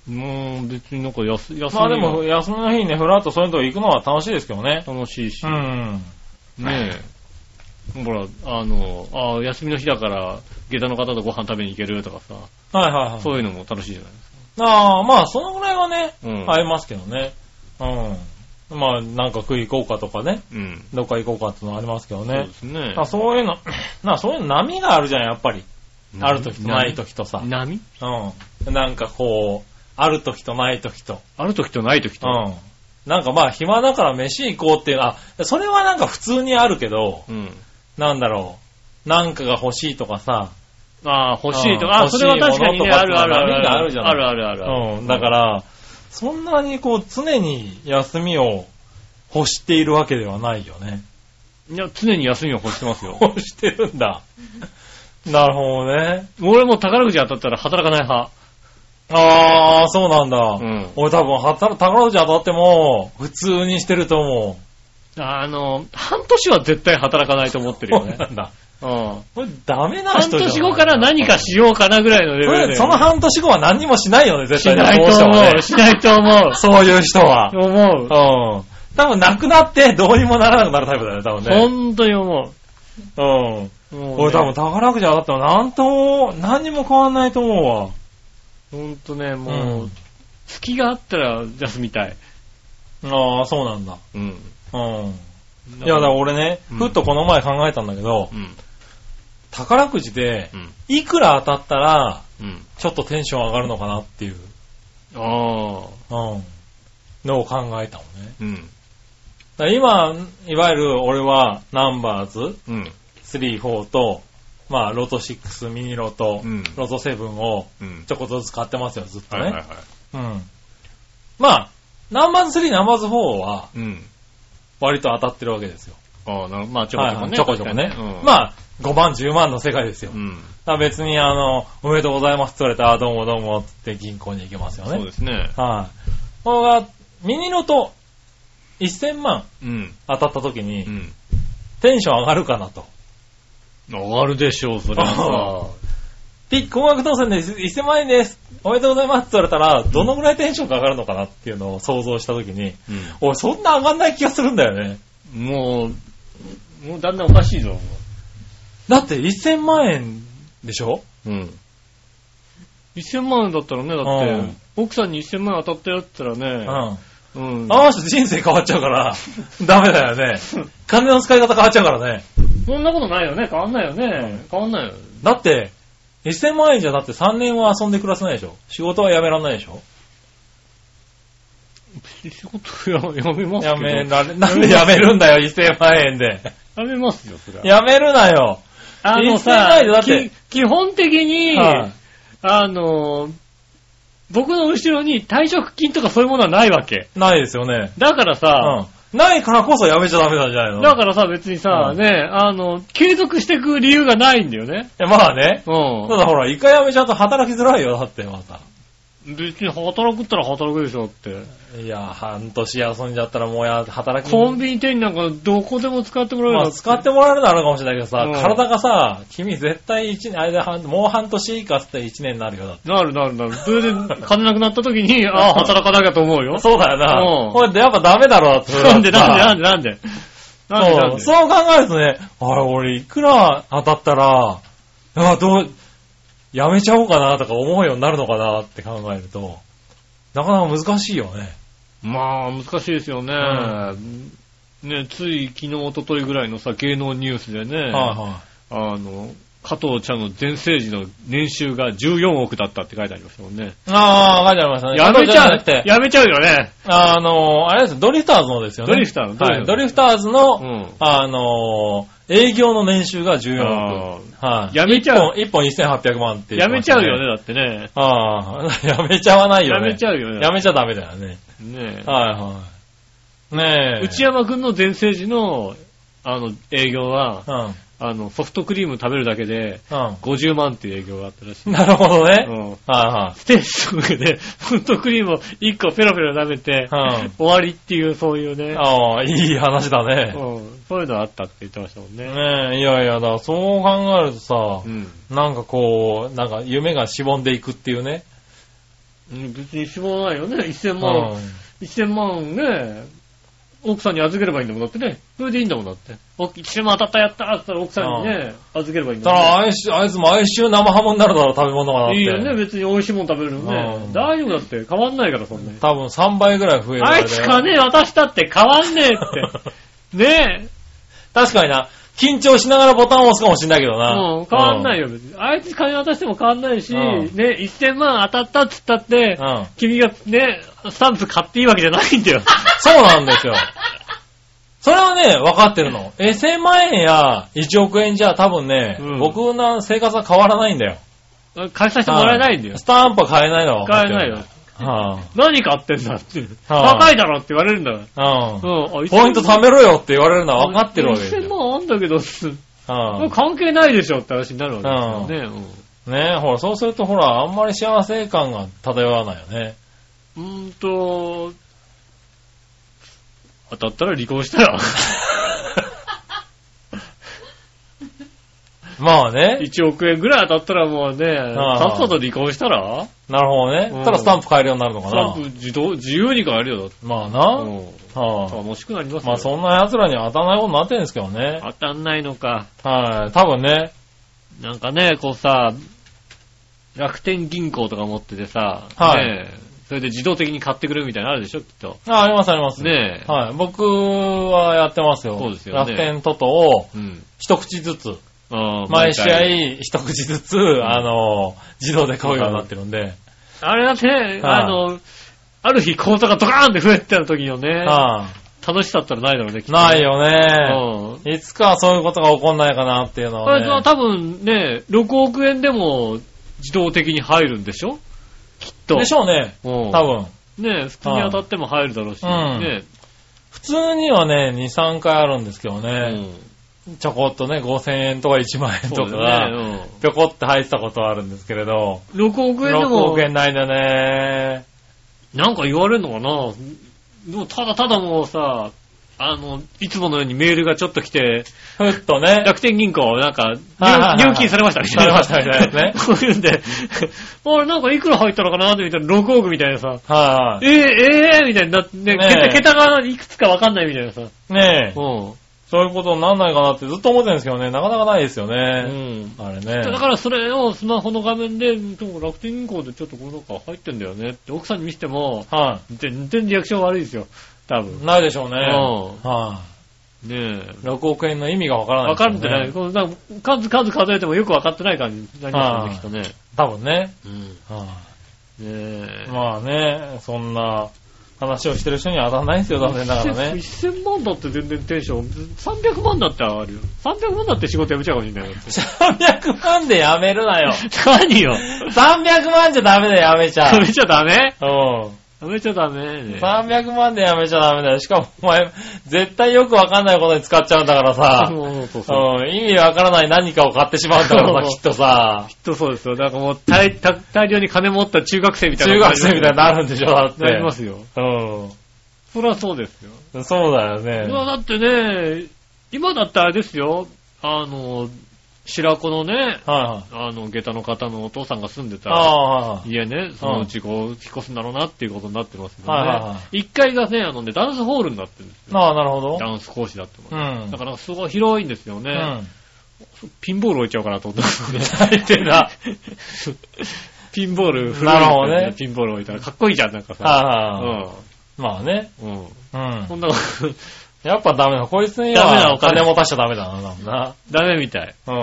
B: もう、別になんか安、安
C: まあでも、休みの日にね、ふらっとそういうとこ行くのは楽しいですけどね。
B: 楽しいし
C: う。ん。
B: ねえ。ほら、あの、ああ、休みの日だから、下駄の方とご飯食べに行けるとかさ、
C: はいはいはい。
B: そういうのも楽しいじゃないですか。
C: ああ、まあそのぐらいはね、
B: うん
C: 合いますけどね。うん。まあなんか食い行こうかとかね、
B: うん。
C: どっか行こうかってのはありますけど
B: そう
C: ね
B: で。すね
C: あ。そういうの、 なそういう波があるじゃん、やっぱり。ある時とない時とさ
B: 波。。波
C: うん。なんかこう、ある時とない時と。
B: ある時とない時と。
C: うん。なんかまあ暇だから飯行こうっていう、あ、それはなんか普通にあるけど、
B: うん。
C: なんだろう。なんかが欲しいとかさ。
B: ああ、欲しいと
C: うん
B: か、ああ、それは確かに
C: 欲しいものと
B: ね、
C: か
B: あるあるある
C: 波があるじゃない
B: あるあるあるある。
C: うん。だから、そんなにこう常に休みを欲しているわけではないよね。
B: いや、常に休みを欲してますよ。
C: 欲してるんだ。 なるほどね。
B: 俺も宝くじ当たったら働かない派。
C: あー、そうなんだ。
B: うん
C: 俺多分、はた宝くじ当たっても、普通にしてると思
B: あの、半年は絶対働かないと思って
C: う。
B: るよね
C: そ。うなんだ。
B: うん。
C: これダメな
B: 半
C: 人じゃん
B: 年後から何かしようかなぐらいのレ
C: そ
B: ベル
C: れ
B: で。
C: その半年後は何にもしないよね、絶
B: し
C: 対ね
B: ないと
C: そういう人
B: 思
C: はね
B: う。しないと思 う。
C: そういう人は。
B: 思
C: う。。
B: うん
C: 多分なくなってどうにもならなくなるタイプだよね、多分ね。
B: 本当に思
C: う
B: う。
C: ん。
B: もうね
C: 俺多分。宝くじ当たってもなんとも、何にも変わんないと思うわ。
B: ほんとね、
C: う、
B: もうん隙があったら休みたい。
C: ああ、そうなんだ。
B: うん。
C: うん。いや、だから俺ね、
B: うん
C: ふっとこの前考えたんだけど、
B: うん。
C: 宝くじで、
B: うん。
C: いくら当たったら、
B: うん。
C: ちょっとテンション上がるのかなっていう、
B: ああ。
C: うん、のを考えたのね。
B: うん。
C: だから今、いわゆる俺はナンバーズ
B: うん。
C: 3、4と、まあ、ロト6、ミニロト、
B: うん
C: ロト7を
B: うん
C: ち。ょこっとずつ買ってますよ、ずっと
B: は
C: ね。
B: いはいはい。
C: うん。まあ、ナンバーズ3、ナンバーズ4は
B: うん。
C: 割と当たってるわけですよ。
B: ああ、なるまあ、ちょこちょこ
C: はいはい
B: ね。
C: ちょこちょこね
B: 確かに。
C: まあ、5万、10万の世界ですよ。
B: う
C: だ
B: ん。
C: から別に、あの、おめでとうございますって言われたら、あどうもどうもって銀行に行けますよね。
B: そうですね。
C: はい。これが、ミニロト1000万
B: うん。
C: 当たった時
B: う
C: に、
B: ん。
C: テンション上がるかなと。
B: 上がるでしょう、それは
C: ピッ、高額当選です。1000万円です。おめでとうございますって言われたら、どのぐらいテンションが上がるのかなっていうのを想像した時に、
B: さ。う
C: 俺そんな上がんない気がするんだよね。
B: ん。もう、もうだんだんおかしいぞ。
C: だって1000万円でしょ
B: うん。1000万円だったらね、だって、
C: うん
B: 奥さんに1000万円当たったよって言った
C: う
B: らね、
C: ん。
B: うん。
C: あの人人生変わっちゃう から、ダメだよね。金の使い方変わっちゃうからね。
B: そんなことないよね、変わんないよね。変わんないよ。
C: だって、1000万円じゃだって3年は遊んで暮らせないでしょ仕事は辞められないでしょ
B: 仕事ややめますけど。
C: やめられ、 なんでやめるん だよ、1000万円 で。
B: やめますよ、それは。
C: やめるなよ。
B: あの
C: 1000万
B: さ
C: 円でだっ、て
B: き基本的に、
C: はい
B: あの、僕の後ろに退職金とかそういうものはないわけ。
C: ないですよね。
B: だからさ、
C: うん。ないからこそやめちゃダメなんじゃないの
B: だからさ、別にさ、
C: うん
B: ね、あの、継続していく理由がないんだよね。
C: いやまあね。
B: うん
C: た。だほら、一回やめちゃうと働きづらいよ、だってまた。
B: 別に働くったら働くでしょって。
C: いや、半年遊んじゃったらもうや、働き
B: コンビニ店員なんかどこでも使ってもらえる
C: ま
B: よ
C: あ、使ってもらえるのはあるかもしれないけどさ、
B: うん
C: 体がさ、君絶対一年、あれで半、もう半年以下って1年になるよだって。
B: なるなるなる。それで金なくなった時に、ああ、働かなきゃと思うよ。
C: そうだよな。
B: うん
C: これでやっぱダメだろ、だって
B: なんでなん
C: で
B: でなんでなんでなん
C: そ
B: で
C: う、そう考えるとね、あれ、俺いくら当たったら、あどう、やめちゃおうかなとか思うようになるのかなって考えると、なかなか難しいよね。
B: まあ、難しいですよね。ね、つい昨日、一昨日ぐらいのさ、芸能ニュースでね、
C: は
B: あの、加藤ちゃんの全盛時の年収が14億だったって書いてありましたもんね。
C: いはい。ああ、書いてありましたね。
B: やめちゃ
C: な
B: う
C: くて、
B: やめちゃうよね。
C: あの、あれですよドリフターズのですよね。
B: ドリフターズ
C: はい。
B: ド
C: ド
B: リ
C: リフターズの、
B: うん。
C: あのー、営業の年収が14億。
B: あ
C: はい。
B: やめちゃう
C: 1本、1本1800万って
B: ー
C: 言っ
B: や
C: てま
B: め
C: し
B: ちゃ
C: た
B: うよ。ね、だってね。
C: ああ、 やめちゃわないよ
B: や
C: ね。
B: めちゃうよね。
C: やめちゃダメだよね。
B: ね
C: はいはい。ねえ。
B: 内山くんの全盛時の、あの、営業は、
C: うん。うん。
B: あの、ソフトクリーム食べるだけで、50万っていう営業があったらしい。
C: なるほどね。
B: うん。
C: は
B: ステージとかで、ソフトクリームを1個ペロペロ舐めて、
C: いはい。うん。
B: 終わりっていう、そういうね、
C: ああ、いい話だ
B: うん
C: ね。
B: そういうのあったって言ってましたもんね。
C: ねえ、いやいや、だからそう考えるとさ
B: う、ん。
C: なんかこう、なんか夢がしぼんでいくっていうね。
B: うん別にしょうがないよね。1000
C: う
B: 万、1000万ね、奥さんに預ければいいんだもんだってね。それでいいんだもんだって。お1000万当たったやったーって言ったら奥さんにね、預ければいいん
C: た
B: だもんね
C: だ、あいしあいつ毎週生ハムになるだろう、食べ物がだって。
B: いいよね、別に美味しいもん食べるの
C: う
B: ね。
C: ん
B: 大丈夫だって、変わんないから、そんなに。
C: 多分3倍ぐらい増える
B: あ
C: れ
B: い
C: だ
B: つ
C: よ
B: 金渡したって変わんねえって。ねえ。
C: 確かにな。緊張しながらボタンを押すかもしんないけどな。
B: うん、変わんない
C: よ。
B: よ、別に。あいつ金渡しても変わんないし、
C: うん
B: ね、1000万当たったっつったって
C: う、ん。
B: 君がね、スタンプ買っていいわけじゃないんだよ。
C: そうなんですよ。それはね、分かってるの。え、1000万円や1億円じゃ多分ね、
B: うん
C: 僕の生活は変わらないんだよ。
B: 返させてもらえないんだよ
C: ス。タンプは買えないのは分かっ
B: 買
C: て
B: え
C: る
B: ないよ。。
C: は
B: 何買ってんだって。
C: はあ
B: 高いだろって言われるんだから。
C: あ、うん。
B: うん、
C: ポイント貯
B: る
C: めろよって言われるのは分かってるわけです
B: 1000
C: よ。
B: 万あんだけど、
C: う
B: 関係ないでしょって話になるわけですよね。
C: ん。ねえ、ほら、そうするとほら、あんまり幸せ感が漂わないよね。
B: うん。うーんと、当たったら離婚 したら、
C: まあね。
B: 1億円ぐらい当たったらもうね、
C: あ
B: さっさと離婚したら
C: なるほどね。
B: うん
C: ただスタンプ買えるようになるのか
B: スタンプ
C: な。
B: 自動、自由に変えるよ、だって。
C: まあな。
B: う
C: はあ
B: ん。楽しくなりますよ
C: まあそんな奴らには当たらないことになってるんですけどね。
B: 当たんないのか。
C: はい。多分ね。
B: なんかね、こうさ、楽天銀行とか持っててさ、
C: はい
B: ねえそれで自動的に買ってくれるみたいなのあるでしょ、きっと。
C: あ、ありますあります。
B: ねえ。
C: はい。僕はやってますよ。
B: そうですよね
C: 楽天トトを
B: うん。
C: 一口ずつ、
B: あー
C: 毎試合。一口ずつ、あの、自動で買うようになってるんで。
B: あれだってね、
C: は
B: あ
C: い
B: の、ある日口座がドカーンって増えてた時のね、
C: は
B: 楽しさったらないだろうね、きっ
C: い。
B: と
C: ないよね。
B: うん。
C: いつかそういうことが起こんないかなっていうの
B: こ
C: は、
B: れは
C: ね。
B: 多分ね、6億円でも自動的に入るんでしょきっと。
C: でしょうね。
B: うん。
C: 多分。
B: ねえ、普通に当たっても入るだろうし、
C: うん
B: ね
C: 普通にはね、2、3回あるんですけど
B: え、う
C: ね。
B: ん
C: ちょこっとね、5000円とか1万円
B: そ
C: と
B: う
C: か
B: だ
C: が、
B: ね、
C: ぴょこって入ってたことはあるんですけれど。
B: うん。6億円で
C: 6
B: も
C: 億、円ないんだね。
B: なんか言われるのかなでもただただもうさ、あの、いつものようにメールがちょっと来て、
C: ふっとね。
B: 楽天銀行、なんか、
C: はいはいはい
B: 入入金されましたみたいな。
C: されましたみたいなね
B: こういうんで、あれ、なんかいくら入ったのかなって見たら6億みたいなさ、
C: は
B: えー、えー、みたいになって、ね
C: ねえ
B: 桁、桁がいくつかわかんないみたいなさ。
C: い。ねえ
B: う。ん。
C: そういうことになんないかなってずっと思ってるんですけどね、なかなかないですよ
B: う
C: ね。
B: ん。
C: あれ
B: だ
C: ね。
B: からそれをスマホの画面で、でも楽天銀行でちょっとこれなんか入ってんだよねって奥さんに見せても、
C: は
B: 全然リアクション悪いですよ。多
C: い。
B: 分。
C: ないでしょうね。
B: う
C: は
B: ねえ。
C: い。6億円の意味がわからない、
B: わかるんじゃない、
C: ね。
B: このなんか数数数えてもよくわかってない感じになりますよね、きっ
C: 多分ね。
B: とね。うん。ね
C: は
B: え
C: い。。まあね、そんな話をしてる人には当たんないんですよ、残念なが らね。
B: 1000万だって全然テンション、300万だって上がるよ。300万だって仕事辞めちゃうかもしれないよ。
C: 300万でやめるなよ。
B: 何よ
C: 300万じゃダメだよ、やめちゃ
B: 辞めちゃダメ
C: う。うん。
B: やめちゃダメね。
C: 300万でやめちゃダメだよ。しかもお前、絶対よくわかんないことに使っちゃうんだからさ。
B: そうそうそう。
C: うん、意味わからない何かを買ってしまうんだからさ、
B: そう
C: きっとさ。
B: きっとそうですよ。なんかもう大大大量に金持った中学生みたいな。
C: 中学生みたいになるんでしょ、だって。
B: なりますよ。そりゃそうですよ。
C: うん。そうだよね。
B: まあだってね、今だってあれですよ。あの、白子のね、
C: はいはい。
B: あの、下駄の方のお父さんが住んでた
C: ああ、
B: 家ね、そのうちこう、引っ越すんだろうなっていうことになってますけど
C: はいはいは
B: ね。一階がね、あのね、ダンスホールになってるんですよ。
C: ああ、なるほど。
B: ダンス講師だっても
C: う
B: ら
C: ん。
B: だからすごい広いんですよ
C: う
B: ね。
C: ん。
B: ピンボール置いちゃおうかなと思ってますね。
C: 大抵だ。
B: ピンボール古いですよ、
C: なるほどね
B: ピンボール置いたらかっこいいじゃん、なんかさ。
C: はいはい。まあね。
B: うん。うん。
C: うん
B: そ。んなこと、
C: やっぱダメだ。こいつに
B: ダメだ
C: は
B: お金
C: 金持たしちゃダメだな、多分な。
B: ダメみたい。
C: う。
B: うん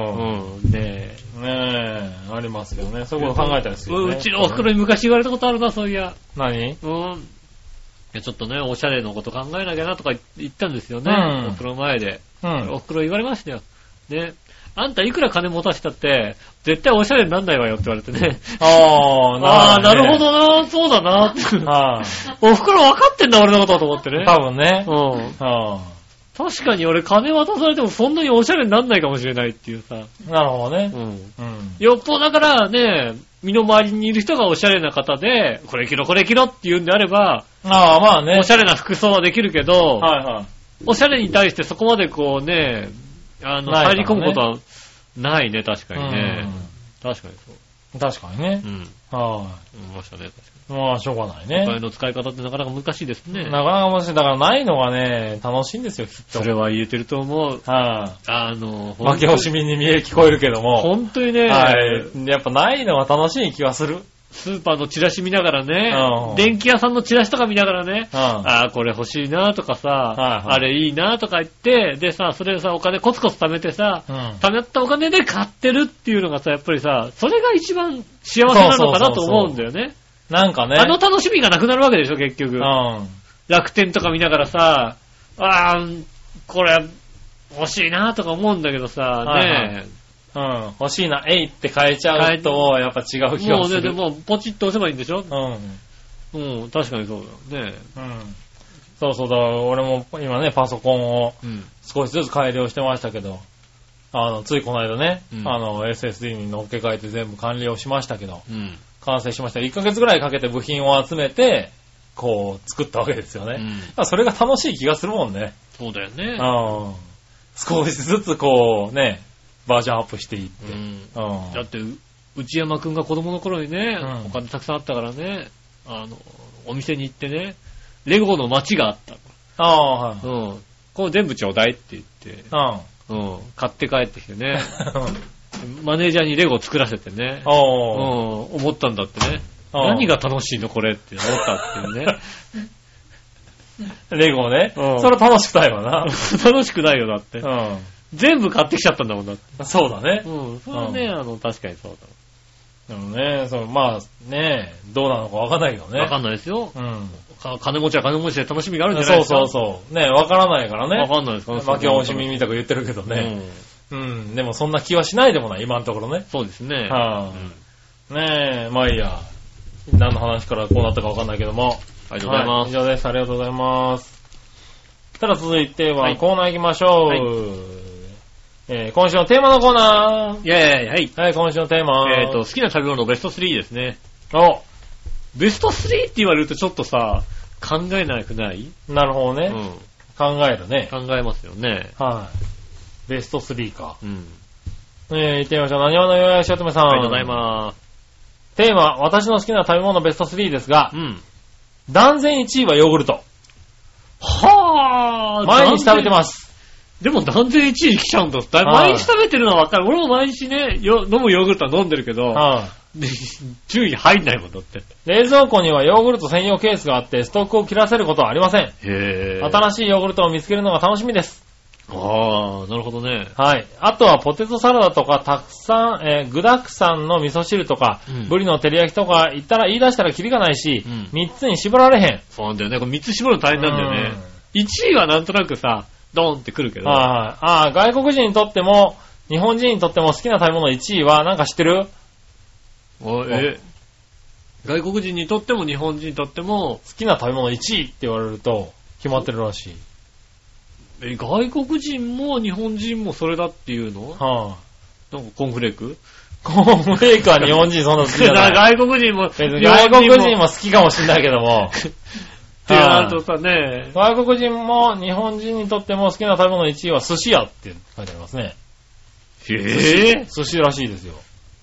B: ん。ねえ。
C: ねえ、ありますけどね。そういうこと考えたりするよ
B: う
C: ね。
B: んうちのお袋に昔言われたことあるな、そういや。
C: 何
B: うん。いや、ちょっとね、おしゃれのこと考えなきゃなとか言ったんですよね。
C: うん
B: お袋前で。
C: うん。
B: お袋言われましたよ。ね。あんたいくら金持たしたって、絶対おしゃれになんないわよって言われて ね。
C: ああ、
B: ああ、なるほ
C: ね。
B: どな、そうだ な、って
C: は
B: お袋分かってんだ、俺のことと思ってね
C: い。。多分ね。
B: うん。
C: あ
B: 確かに俺金渡されてもそんなにおしゃれになんないかもしれないっていうさ。
C: あ、なるほどね
B: う。ん。
C: うん。
B: よっぽどだからね、身の回りにいる人がおしゃれな方で、これ着ろこれ着ろって言うんであれば、
C: ああ、まあね。
B: おしゃれな服装はできるけど、
C: はいはい。
B: おしゃれに対してそこまでこうね、あの、
C: ないか
B: 入
C: らね
B: り込むことはないね、確かにね。確かにそう。
C: うん確かにね
B: う。ん。
C: は
B: 思いましたね。
C: い。まあ、しょうがない
B: お
C: ね。
B: 金の使い方ってなかなか難しいですね
C: な。かなかもし、だからないのがね、楽しいんですよ、きっと。
B: それは言えてると思う。
C: は
B: あの、
C: い。負け惜しみに見え聞こえるけども。
B: 本当にね、
C: はい。やっぱないのは楽しい気がする。うん。
B: スーパーのチラシ見ながら
C: う
B: ね
C: ん、
B: 電気屋さんのチラシとか見ながらね、
C: は
B: ああ、これ欲しいなとかさ、
C: いはい
B: あれいいなとか言って、でさ、それでさ、お金コツコツ貯めてさ、
C: うん
B: 貯めたお金で買ってるっていうのがさ、やっぱりさ、それが一番幸せなのかなと思うんだよね。
C: い。なんかね。
B: あの楽しみがなくなるわけでしょ、結局。
C: うん。
B: 楽天とか見ながらさ、ああ、これ欲しいなとか思うんだけどさ、
C: はいはい
B: ね
C: うん。欲しいな、えいって変えちゃうと、やっぱ違う気が
B: もう
C: す
B: ね、
C: る。
B: でも、ポチッと押せばいいんでしょ
C: うん。
B: うん、確かにそうだよね。
C: うん。そうそうだ、俺も今ね、パソコンを
B: うん。
C: 少しずつ改良してましたけど、あの、ついこの間ね、
B: うん
C: あの、SSD に乗っけ替えて全部完了しましたけど、
B: うん。
C: 完成しました。1ヶ月ぐらいかけて部品を集めて、こう、作ったわけですよね。まあそれが楽しい気がするもんね。
B: そうだよ
C: う
B: ね。
C: ん。少しずつこう、ね、バージョンアップしていって。
B: うん
C: うん。
B: だって、う内山くんが子供の頃にね、
C: うん
B: お金たくさんあったからね、あの、お店に行ってね、レゴの街があった。
C: ああ、はい。
B: うん。これ全部ちょうだいって言って、
C: うん。
B: うん。買って帰ってきてね、マネージャーにレゴを作らせてね、うん、
C: おー
B: 思ったんだってね。
C: うん
B: 何が楽しいのこれって思ったっていうね。
C: レゴね。
B: うん
C: それ楽しくないわな。
B: 楽しくないよ、だって。
C: う
B: 全部買ってきちゃったんだもんだって。
C: ん。そうだね。
B: うん。それはね、あの、確かにそう
C: でもね、そう、まあ、ねどうなのかわかんないけど
B: だ。
C: ね。
B: わかんないですよ。
C: うん。
B: か金持ちは金持ちで楽しみがあるんじゃない
C: そ
B: で
C: う
B: すか。
C: そうそう。ねわからないから
B: わ
C: ね。
B: かんないですかね。
C: 負け惜しみみたく言ってるけどね。
B: うん
C: うん。でもそんな気はしないでもない、今のところね。
B: そうですね。
C: は
B: うん
C: いねえ、まあいいや。何の話からこうなったかわかんないけども。
B: ありがとうございます。
C: は以上です。ありがとうございます。ただ続いて
B: は
C: は、
B: い
C: コーナー行きましょう。
B: はい
C: えー今週のテーマのコーナー。
B: イェーイ、はい。
C: はい、今週のテーマ。
B: えっ、と、好きな食べ物のベスト3ですね。
C: と。
B: ベスト 3? って言われるとちょっとさ、考えなくない、
C: お、なるほど
B: う
C: ね。
B: ん、
C: 考えるね。
B: 考えますよね。
C: はい。ベスト3か。
B: うん。
C: えー、行ってみましょう。何話のよやしおとめさん。
B: ありがとうございます。
C: す。テーマ、私の好きな食べ物ベスト3ですが
B: う、ん。
C: 断然1位はヨーグルト。
B: はぁ
C: 毎日食べて
B: す。
C: ます。
B: でも断然1位来ちゃうんだ。だい
C: はい
B: 毎日食べてるのはわかる。俺も毎日ね、よ飲むヨーグルトは飲んでるけど、
C: はい。
B: 10位入んないもんだって。
C: 冷蔵庫にはヨーグルト専用ケースがあって、ストックを切らせることはありません。
B: へあ
C: 新しいヨーグルトを見つけるのが楽しみです。
B: あー、なるほどね。
C: はい。あとはポテトサラダとか、たくさん、えー具だくさんの味噌汁とか、
B: うん
C: ブリの照り焼きとか、言ったら言い出したらキリがないし、
B: うん
C: 3つに絞られへん。
B: そうなんだよね。これ3つ絞るの大変なんだよね。1位はなんとなくさ、ドーンってくるけ
C: うん
B: ど。
C: はいああ、外国人にとっても、日本人にとっても好きな食べ物1位は、なんか知ってる
B: おえ、外国人にとっても日本人にとっても、
C: 好きな食べ物1位って言われると、決まってるらしい。
B: え外国人も日本人もそれだっていうの
C: は
B: なんかコーンフレーク
C: ぁ、コーンフレークは日本人そんな好きじゃな い。
B: 外国人も、
C: 別に外国人
B: も
C: も好きかもしんないけども、
B: ってなるとさね、
C: 外国人も日本人にとっても好きな食べ物1位は寿司屋って書いてありますね。
B: えぇ
C: 寿司らしいですよ。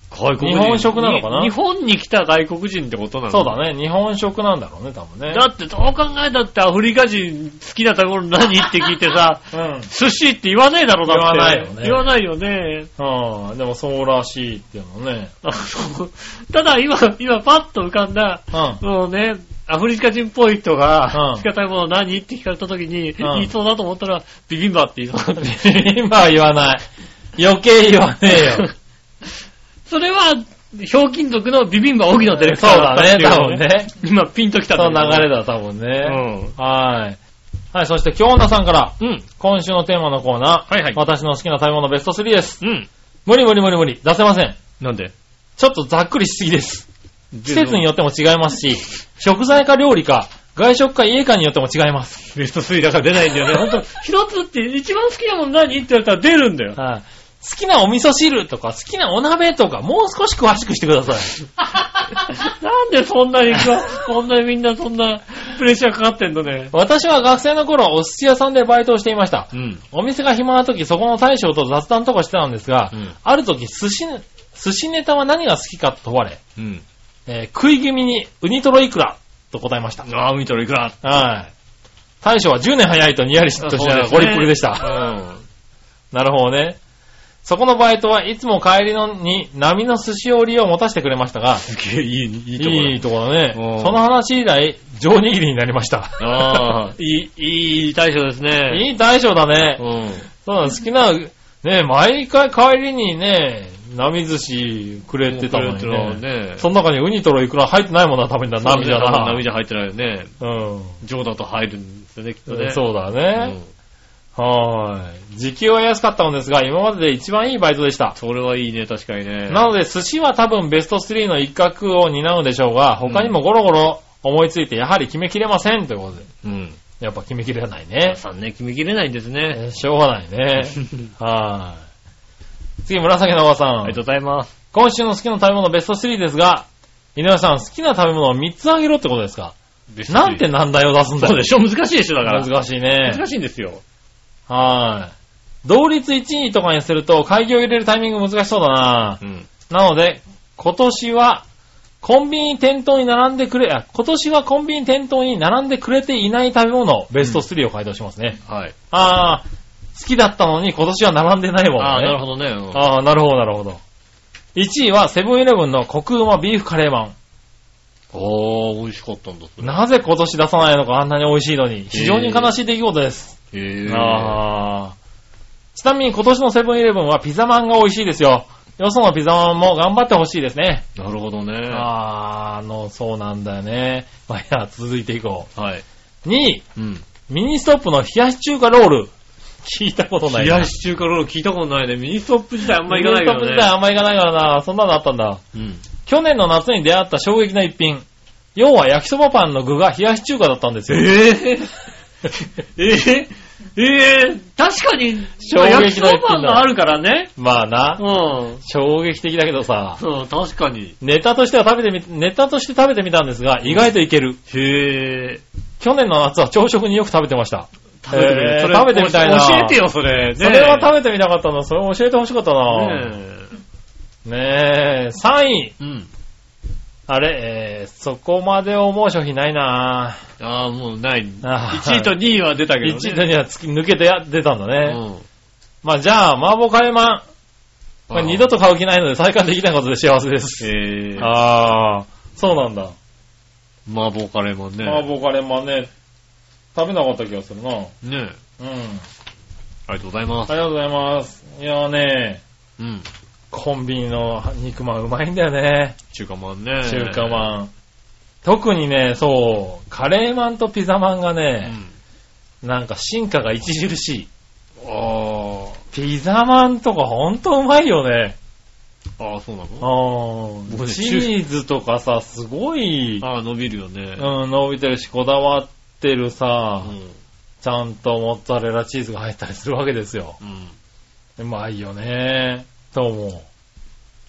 B: 外国人。
C: 日本食なのかな
B: に日本に来た外国人ってことなの
C: そうだね。日本食なんだろうね、多分ね。
B: だってどう考えたってアフリカ人好きな食べ物何って聞いて さ、
C: うん。
B: 寿司って言わねえだろ、だって。
C: 言わないよね
B: 言わないよね。
C: はあ、でもそうらしいっていうのね。
B: あそうただ今、今パッと浮かんだ、
C: うん。 あ
B: もうね、アフリカ人っぽい人が、
C: うん
B: 好きな食べ物何って聞かれた時に、言いそうだと思ったら、ビビンバって言いそうだった
C: 今は言わない。余計言わねえよ。
B: それは、ひょうきん族のビビンバ荻野ディレクタ
C: そう
B: ー
C: だね、
B: ったって
C: 多
B: いう
C: 分。ね。
B: 今ピンときた
C: そ
B: ん
C: の
B: だ
C: 流
B: け
C: れ
B: ど
C: だ、多分ね。はい。はい、そして京奈さんから、
B: うん。うん。
C: 今週のテーマのコーナー。
B: はいはい
C: 私の好きな食べ物ベスト3です。
B: うん。
C: 無理無理無理無理。出せません。
B: なんで
C: ちょっとざっくりしすぎです。季
B: 季
C: 節によっても違いますし、食材か料理か、外食か家かによっても違います。
B: ベスト3だから出ないんだよね。 ほんと、一つって一番好きなもの何って言われたら出るんだ よ。
C: はい。好きなお味噌汁とか、好きなお鍋とか、もう少し詳しくしてください。
B: なんでそんなにこ、こんなにみんなそんなプレッシャーかかってんのね。
C: 私は学生の頃、お寿司屋さんでバイトをしていました。
B: うん。
C: お店が暇な時、そこの大将と雑談とかしてたんですが、
B: うん
C: ある時、寿司、寿司ネタは何が好きかと問われ、
B: うん。
C: えー食い気味に、ウニトロイクラと答えました。
B: ああ、見たらいくら。
C: はい。大将は10年早いとニヤリしとしながらゴリップリでした。
B: うん。
C: なるほどね。そこのバイトはいつも帰りのに波の寿司折りを持たせてくれましたが、
B: すげえいい、いいとこ
C: いいところね
B: うん。
C: その話以来、上握りになりました。
B: だ。ああ、いい、いい大将ですね。い
C: いい大将だね。
B: うん。
C: そうだ、好きな、ね、毎回帰りにね、波寿司くれてたのにね。
B: ね
C: その中にウニとロイクラ入ってないものは食べんだ、波だな。
B: 涙入ってないよね。
C: うん。
B: 上だと入るんですよね、きっとね。
C: そうだ
B: う
C: ね
B: ん。。
C: はーい。時給は安かったのですが、今までで一番いいバイトでした。
B: それはいいね、確かにね。
C: なので寿司は多分ベスト3の一角を担うでしょうが、他にもゴロゴロ思いついてやはり決めきれませんということで。
B: うん。
C: やっぱ決めきれない
B: 皆
C: ね。
B: さんね、決めきれないんですね。
C: えーしょうがな いね。はい。次、紫のおばさ。
B: ありがとうんございます。
C: 今週の好きな食べ物ベスト3ですが、井上さん、好きな食べ物を3つあげろってことですかなんて難題を出すんだ
B: そうで
C: よ。
B: しょ難しいでしょだから。
C: 難しいね。
B: 難しいんですよ。
C: はい。同率1位とかにすると、会議を入れるタイミング難しそうだな
B: うん。
C: なので、今年は、コンビニ店頭に並んでくれ、あ、今年はコンビニ店頭に並んでくれていない食べ物をベスト3を回答しますね。
B: はい。
C: あー、好きだったのに今年は並んでないもんね。
B: ああ、なるほどね。うん
C: あーなるほど、なるほど。1位はセブンイレブンのコクうまビーフカレーマ
B: おー、美味しかったんだ、そ
C: ン。
B: れ。
C: なぜ今年出さないのか、あんなに美味しいのに。非常に悲しい出来事です。
B: へー。
C: あーちなみに今年のセブンイレブンはピザマンが美味しいですよ。よそのピザマンも頑張ってほしいですね。
B: なるほどね。
C: あーあの、そうなんだよね。 まあ、いや、続いていこ
B: はい。
C: う。2位、
B: うん。
C: ミニストップの冷やし中華ロール。聞いたことない
B: 冷
C: な。
B: やし中華ロール聞いたことないね。ミニストップ自体あんま行かないけど
C: ミニストップ
B: ね
C: 自。体あんま行かないからな。そんなのあったんだ。
B: うん。
C: 去年の夏に出会った衝撃の一品。要は焼きそばパンの具が冷やし中華だったんですよ。
B: えぇえぇえぇ確かに、
C: 衝撃の一品だ
B: 焼きそばパンがあるからね。
C: まあ
B: う
C: な。
B: ん。
C: 衝撃的だけどさ。
B: そう、確かに。
C: ネタとしては食べてみ、ネタとして食べてみたんですが、意外といける。
B: へぇ
C: 去年の夏は朝食によく食べてました。
B: 食べてみる
C: えー
B: それ
C: 食べてみたいな
B: 教えてよ、それ。ね
C: それは食べてみたかったな。それ教えてほしかったな。
B: ね
C: ねえ、3位。
B: え。うん。
C: あれ、えー、そこまで思う商品ないなぁ。
B: ああ、もうない。1
C: あー
B: 位と2位は出たけどね。
C: 1位とには突き抜けてや出たんだ
B: う
C: ね。
B: ん。
C: まあじゃあ、麻婆カレーマン。これ
B: あー
C: 二度と買う気ないので再感できないことで幸せです。
B: えー、
C: ああ、そうなんだ。
B: 麻婆カレーもね。
C: 麻婆カレーマンね、食べなかった気がするな。うん。
B: ねえ。あ
C: あ
B: りがとうございます。
C: りがとうございます。いやーね、
B: うん。
C: コンビニの肉まんうまいんだよね。
B: 中華まんね。
C: 中華まん。特にね、そう、カレーマンとピザマンが
B: う
C: ね、
B: ん。
C: なんか進化が著しい。
B: ああ。
C: ピザマンとかほんとうまいよね。
B: ああ、そうなの僕
C: うん。
B: ね
C: チーズとかさ、すごい、
B: ああ、伸びるよね。
C: うん、伸びてるし、こだわってるさ、
B: うん。
C: ちゃんとモッツァレラチーズが入ったりするわけですよ。
B: うん。
C: うまいよね。と思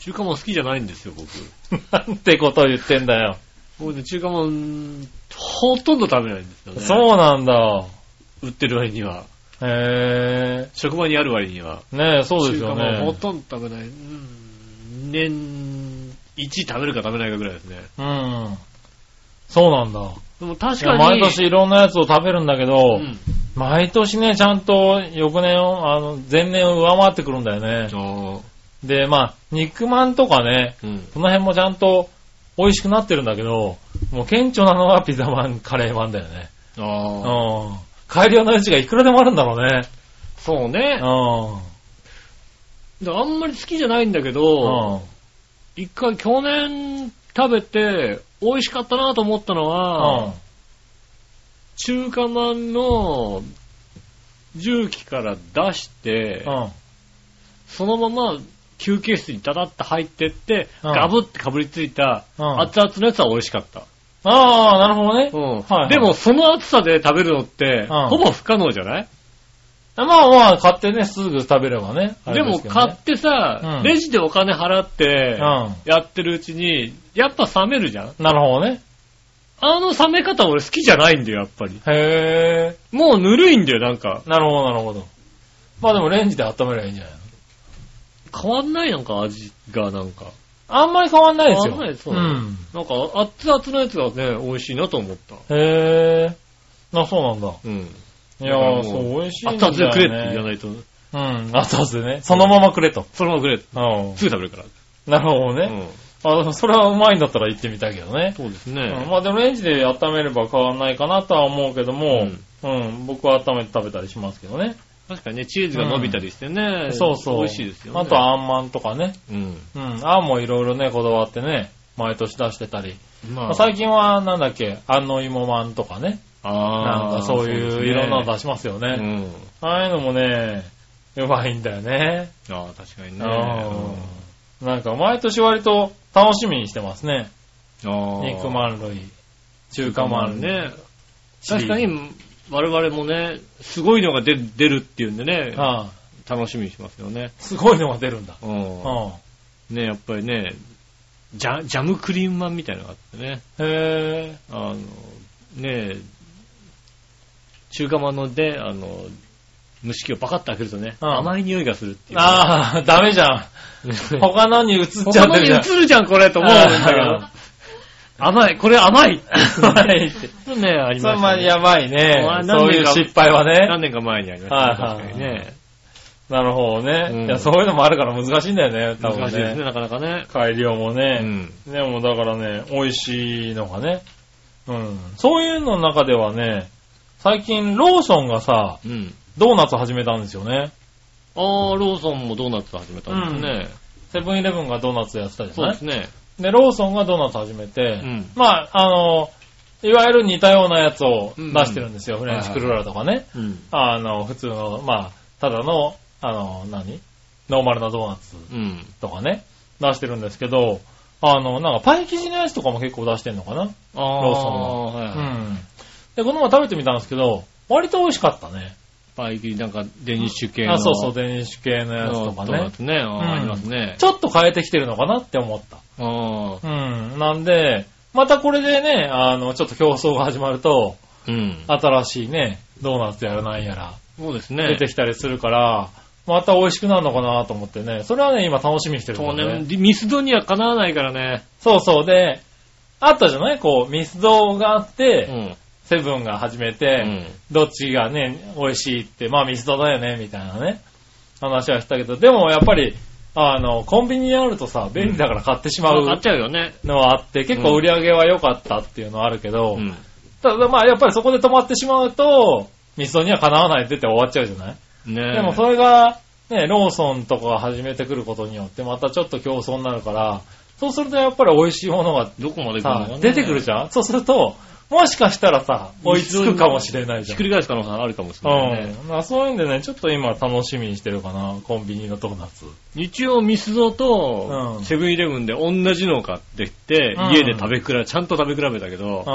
B: 中華も好きじゃないんですよ、僕。
C: う。 なんてことを言ってんだよ。
B: 僕ね、中華もん、ほとんど食べないんですよね。
C: そうなんだ。
B: 売ってる割には。
C: へ
B: 職場にある割には。
C: え。ねえ、そうですよ
B: 中華もんほ
C: ね。
B: とんど食べない。うん。年、1食べるか食べないかぐらいですね。
C: うん。そうなんだ。
B: でも確
C: いや
B: かに。
C: 毎年いろんなやつを食べるんだけ
B: う
C: ど、
B: ん。
C: 毎年ね、ちゃんと翌年を、あの、前年を上回ってくるんだよね。
B: あ
C: で、まあ、肉まんとかね、
B: ーうん。
C: その辺もちゃんと美味しくなってるんだけど、もう顕著なのはピザまん、カレーまんだよね。う
B: ああ。
C: ん。改良の余地がいくらでもあるんだろうね。
B: そうね。
C: う
B: だからあんまり好きじゃないんだけど、
C: ん。うん。
B: 一回去年食べて、美味しかったなと思ったのは、
C: うん。
B: 中華まんの重機から出して、
C: うん。
B: そのまま休憩室にダダッと入ってって、
C: うん
B: ガブってかぶりついた、
C: うん
B: 熱々のやつは美味しかった。
C: ああ、なるほどね。
B: うん
C: はいはい
B: でもその熱さで食べるのって、
C: うん
B: ほぼ不可能じゃない、
C: まあまあ、買ってね、すぐ食べればね。あ
B: で
C: れ
B: も
C: すけど
B: 買
C: ね
B: ってさ、
C: うん
B: レジでお金払って、やってるうちに、やっぱ冷めるじゃん
C: うん。なるほどね。
B: あの冷め方俺好きじゃないんだよ、やっぱり。
C: へえ。
B: もうぬるいんだよ、なんか。
C: なるほど、なるほど。まあでもレンジで温めればいいんじゃないの
B: 変わんないなんか味が、なんか。
C: あんまり変わんないです
B: 変
C: よ。
B: わんないそう
C: う
B: だね
C: ん。
B: なんか熱々のやつがね、美味しいなと思った。
C: へえ。あ、そうなんだ。
B: うん。
C: い
B: だからもう
C: やー、そう、美味しいんだ
B: 熱
C: よ、
B: 々で
C: ね。
B: くれって言わないと、
C: うん、熱々でね。そのままくれと。
B: そのままくれって。
C: うん。
B: すぐ食べるから。
C: なるほどね。
B: うん。
C: あ、それはうまいんだったら行ってみたいけどね。
B: そうです
C: うん
B: ね。
C: まあでもレンジで温めれば変わんないかなとは思うけども、うん、僕は温めて食べたりしますけどね。
B: 確かにね、チーズが伸びたりしてね。
C: そうそう。
B: 美味しいですよね。
C: あと、あんまんとかね。
B: うん。
C: うん、あんもいろいろね、こだわってね、毎年出してたり。
B: ま
C: まあ最近はなんだっけ、あの芋まんとかね。
B: あ
C: な
B: ー
C: んかそういういろんなの出します
B: そ
C: よ
B: うです
C: ね。
B: ね。うん。
C: ああいうのもね、うまいんだよね。
B: ああ、確かにね。
C: うんなんか毎年割と楽しみにしてますね。
B: うんあー
C: 肉まん類、中華まん類。
B: ね。確かに、我々もね、すごいのが出出るっていうんでね、
C: ああ
B: 楽しみにしますよね。
C: すごいのが出るんだ。
B: う
C: うんん。
B: ね、やっぱりね、ジャジャムクリームまんみたいなのがあってね、
C: へえ。
B: あの、ね、中華まんので、あの、蒸し器をパカッと開けるとね、
C: うん
B: 甘い匂いがするっていう、ね。
C: ああ、ダメじゃん。 他のに移っち
B: 他
C: ゃっ
B: の
C: てる
B: に
C: じゃん。
B: 映るじゃん、これと思うんだけど
C: あ。
B: 甘い、これ甘い
C: 甘いって。
B: ね、あり
C: それ
B: ました
C: ま
B: ね。
C: やばいね
B: お前。何
C: そうい
B: 年
C: う
B: か
C: 失敗は
B: 何
C: ね。
B: 年か前にありましたね。
C: はいはい
B: 確かにね。
C: なる
B: う
C: ほど
B: ん
C: ね。いや、そういうのもあるから難しいんだよね、多
B: 難
C: 分
B: しいですね、
C: ね。
B: なかなかね。
C: 改良も
B: う
C: ね。
B: ん。
C: でもだからね、美味しいのがね。うん。そういうのの中ではね、最近ローソンがさ、
B: うん。
C: ドーナツ始めたんですよね。
B: あー、ローソンもドーナツ始めたんですね。
C: セブンイレブンがドーナツやってたじゃ
B: そう
C: な
B: で
C: い
B: すね。
C: で、ローソンがドーナツ始めて、
B: うん
C: まあ、あの、いわゆる似たようなやつを出してるんですよ。フレンチクルーラーとかね。
B: うん。
C: あの、普通の、まあ、ただの、あの、何ノーマルなドーナツ
B: うん。
C: とかね、出してるんですけど、あの、なんかパイ生地のやつとかも結構出してんのかな
B: あー、
C: ローソンは
B: はいうはい。
C: ん。で、この前食べてみたんですけど、割と美味しかったね。
B: パイ切り、なんか、デニッシュ系の。
C: あ、そうそう、デニッシュ系のやつとか
B: ドーナ
C: ね。
B: ツね。あーありますね
C: ち。ょっと変えてきてるのかなって思った。
B: あ
C: うん。なんで、またこれでね、あの、ちょっと競争が始まると、
B: ーうん。
C: 新しいね、ドーナツやらないやら、
B: そうです
C: 出
B: ね
C: て。きたりするから、また美味しくなるのかなと思ってね。それはね、今楽しみにしてる
B: 当
C: もんね。
B: 年、ミスドにはかなわないからね。
C: そうそう。で、あったじゃないこう、ミスドがあっ
B: う
C: て、
B: ん。
C: セブンが始め
B: う
C: て、
B: ん。
C: どっちがね、美味しいって、まあミスドだよね、みたいなね、話はしたけど、でもやっぱり、あの、コンビニにあるとさ、便利だから買ってしま
B: 買っ
C: う
B: ちゃうよね。
C: のはあって、結構売り上げは良かったっていうのはあるけど、
B: うん。
C: ただまあやっぱりそこで止まってしまうと、ミスドにはかなわないでって終わっちゃうじゃない
B: ね
C: でもそれが、ね、ローソンとかが始めてくることによって、またちょっと競争になるから、そうするとやっぱり美味しいものが
B: どこまで行くのか
C: さ
B: ね
C: 出てくるじゃんそうすると、もしかしたらさ、追いつくかもしれないじ
B: ひ
C: ゃ
B: っ
C: ん
B: く。り返す可能性あるかもしれないね。
C: うん。まあそういうんでね、ちょっと今楽しみにしてるかな、コンビニのドーナツ。
B: 日曜ミスド
C: う
B: と
C: ん
B: セブンイレブンで同じのを買ってきて、
C: うん
B: 家で食べ比べ、ちゃんと食べ比べたけど、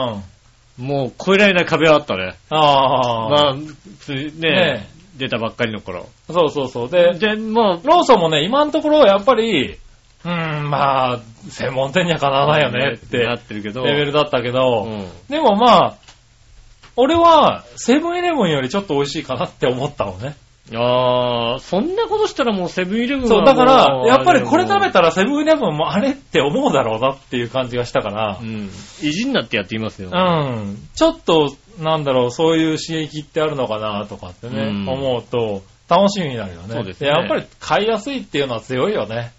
C: うん。
B: もう越えられない壁はあったね。
C: ああ。
B: まあ、普通にね
C: ね
B: 出たばっかりの頃。
C: そうそうそう。で、
B: で、まあ、
C: ローソンもね、今のところやっぱり、うーん、まあ、専門店にはかなわないよねって
B: な
C: レ
B: ってるけど。
C: ベルだったけど、
B: うん
C: でもまあ、俺はセブンイレブンよりちょっと美味しいかなって思ったのね。
B: ああ、そんなことしたらもうセブンイレブンは
C: そう、だ
B: も
C: から、
B: う
C: やっぱりこれ食べ
B: た。
C: たらセブンイレブンもあれって思うだろうなっていう感じがしたから
B: う、ん。意地になってやっていますよ。
C: うん、ちょっと、なんだろう、そういう刺激ってあるのかなとかってね、
B: うん
C: 思うと、楽しみになるよね。
B: そうですね
C: やっぱり買いやすいっていうのは強いよね。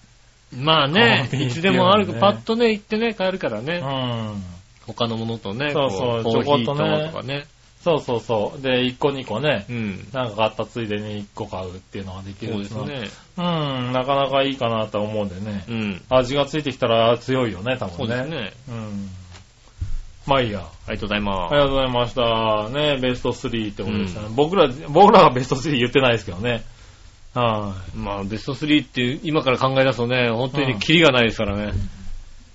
B: まあね、
C: コンビニ
B: い
C: って
B: つ
C: いうのはね
B: でもあるか、パッとね、行ってね、買えるから
C: う
B: ね。
C: ん。
B: 他のものとね、
C: そう
B: こ
C: そう
B: コーヒー
C: ちょ
B: と
C: こっとね
B: とかね。
C: そうそうそう。で、1個2個ね、
B: うん。
C: なんか買ったついでに1個買うっていうのができる
B: そう
C: っ
B: で
C: てい
B: す
C: うのは
B: ね。
C: うん、なかなかいいかなと思うんでね。
B: うん。
C: 味がついてきたら強いよね、多
B: そう
C: 分
B: です
C: ね。
B: ね。
C: うん。まあいいや。
B: ありがとうございま
C: あ
B: す
C: り。がとうございました。ね、ベスト3ってことでしたね。僕ら、僕らはベスト3言ってないですけどね。はい。
B: まあ、ベスト3って今から考え出すとね、本当にキリがないですからね。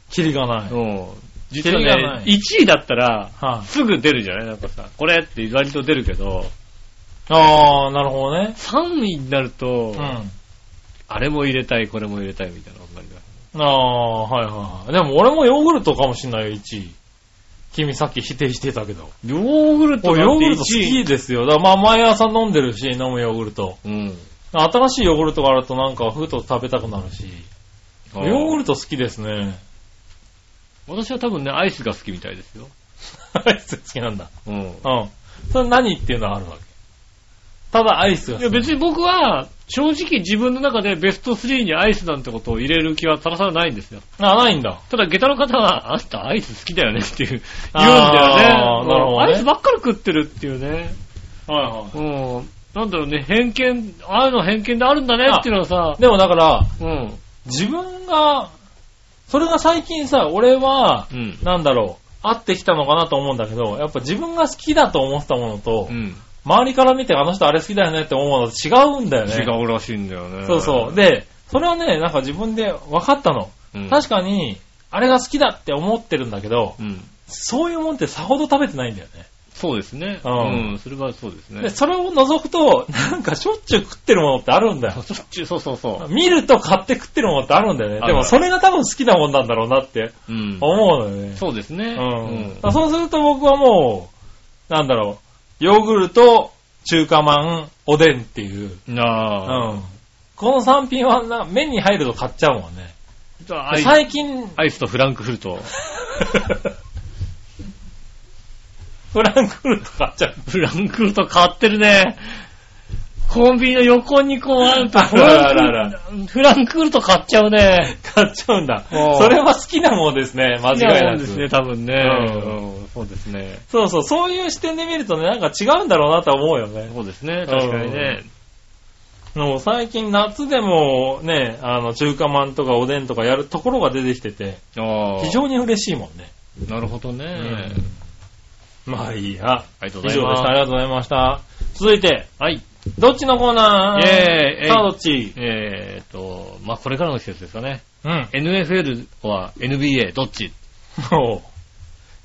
C: キリがない。はい、
B: うん。実
C: キリが
B: は
C: な
B: ね、
C: い
B: 1位だったら、すぐ出るじゃないなんかさ、これって割と出るけど、
C: ああ、なるほどね。
B: 3位になると、
C: うん。あ
B: あれも入れたい、これも入れたいみたいなことになります。
C: あー、はいはい。でも俺もヨーグルトかもしんないよ、1位。君さっき否定してたけど。
B: ヨーグルト
C: お
B: な
C: ヨ
B: ん
C: ー
B: て
C: グ
B: 1
C: ルト好
B: 位。
C: きですよ。だからまあ毎朝飲んでるし、飲むヨーグルト。
B: うん。
C: 新しいヨーグルトがあるとなんかふと食べたくなるし。ヨーグル
B: ト
C: ト好きですね。
B: 私は多分ね、アイスが好きみたいですよ。
C: アイス好きなんだ。
B: うん。
C: うん。それ何っていうのはあるわけ。ただアイス
B: い
C: が好
B: や
C: き。
B: 別に僕は、正直自分の中でベスト3にアイスなんてことを入れる気はさらさらないんですよ。
C: あ、ないんだ。
B: ただ、下駄の方は、あんたアイス好きだよねっていう、言うんだ
C: あ
B: よ
C: ー
B: ね。
C: なるほどね
B: アイスばっかり食ってるっていうね。
C: はいは
B: うん。なんだろうね、偏見、ああいうの偏見であるんだねっていうのはさ、
C: でもだから、
B: うん。
C: 自分が、それが最近さ、俺は
B: う、ん。
C: なんだろう、合ってきたのかなと思うんだけど、やっぱ自分が好きだと思ってたものと、
B: うん。
C: 周りから見てあの人あれ好きだよねって思うのと違うんだよね。
B: 違うらしいんだよね。
C: そうそう。で、それはね、なんか自分で分かったの。
B: うん、
C: 確かに、あれが好きだって思ってるんだけど、
B: うん。
C: そういうもんってさほど食べてないんだよね。
B: そうですね。
C: う
B: うんん。それはそうですね
C: で、。それを除くと、なんかしょっちゅう食ってるものってあるんだよ。
B: そっち、そうそうそ
C: 見ると買って食ってるものってあるんだよね。
B: あ
C: で
B: るあ
C: も
B: る
C: それが多分好きなもんなんだろうなって
B: う。うん。
C: 思うのよね。
B: そうですね。
C: うん。だからそうすると僕はもう、なんだろう、ヨーグルト、中華まん、おでんっていう。
B: うん。
C: う
B: なあ。
C: ん。この3品はな目に入ると買っちゃうもんね。
B: じゃあアイス、
C: 最近、
B: アイスとフランクフルト。
C: フランクフルト買っちゃう。
B: フランクフルト変わってるね。コンビニの横にこうあると、
C: あ
B: フランク
C: らあらあら
B: フランクフルト買っちゃうね。
C: 買っちゃうんだ。
B: おう
C: それは好きなものですね、間違いな
B: で
C: く。
B: すね、多分ね。
C: うん
B: うんそうですね。
C: そうそう、そういう視点で見るとね、なんか違うんだろうなとは思うよね。
B: そうですね、確かにね。
C: もう最近夏でもね、あの、中華まんとかおでんとかやるところが出てきてて、
B: ああ。
C: 非常に嬉しいもんね。
B: なるほどね。
C: まあいいや。
B: ありがとう
C: 以
B: ござい
C: 上で
B: ま
C: し
B: す
C: た。あ。りがとうございました。続いて、
B: はい。
C: どっちのコーナー
B: イェーイ
C: さあ、どっち
B: えーっと、まあ、これからの季節ですかね。
C: うん。
B: NFL は NBA どっち
C: おう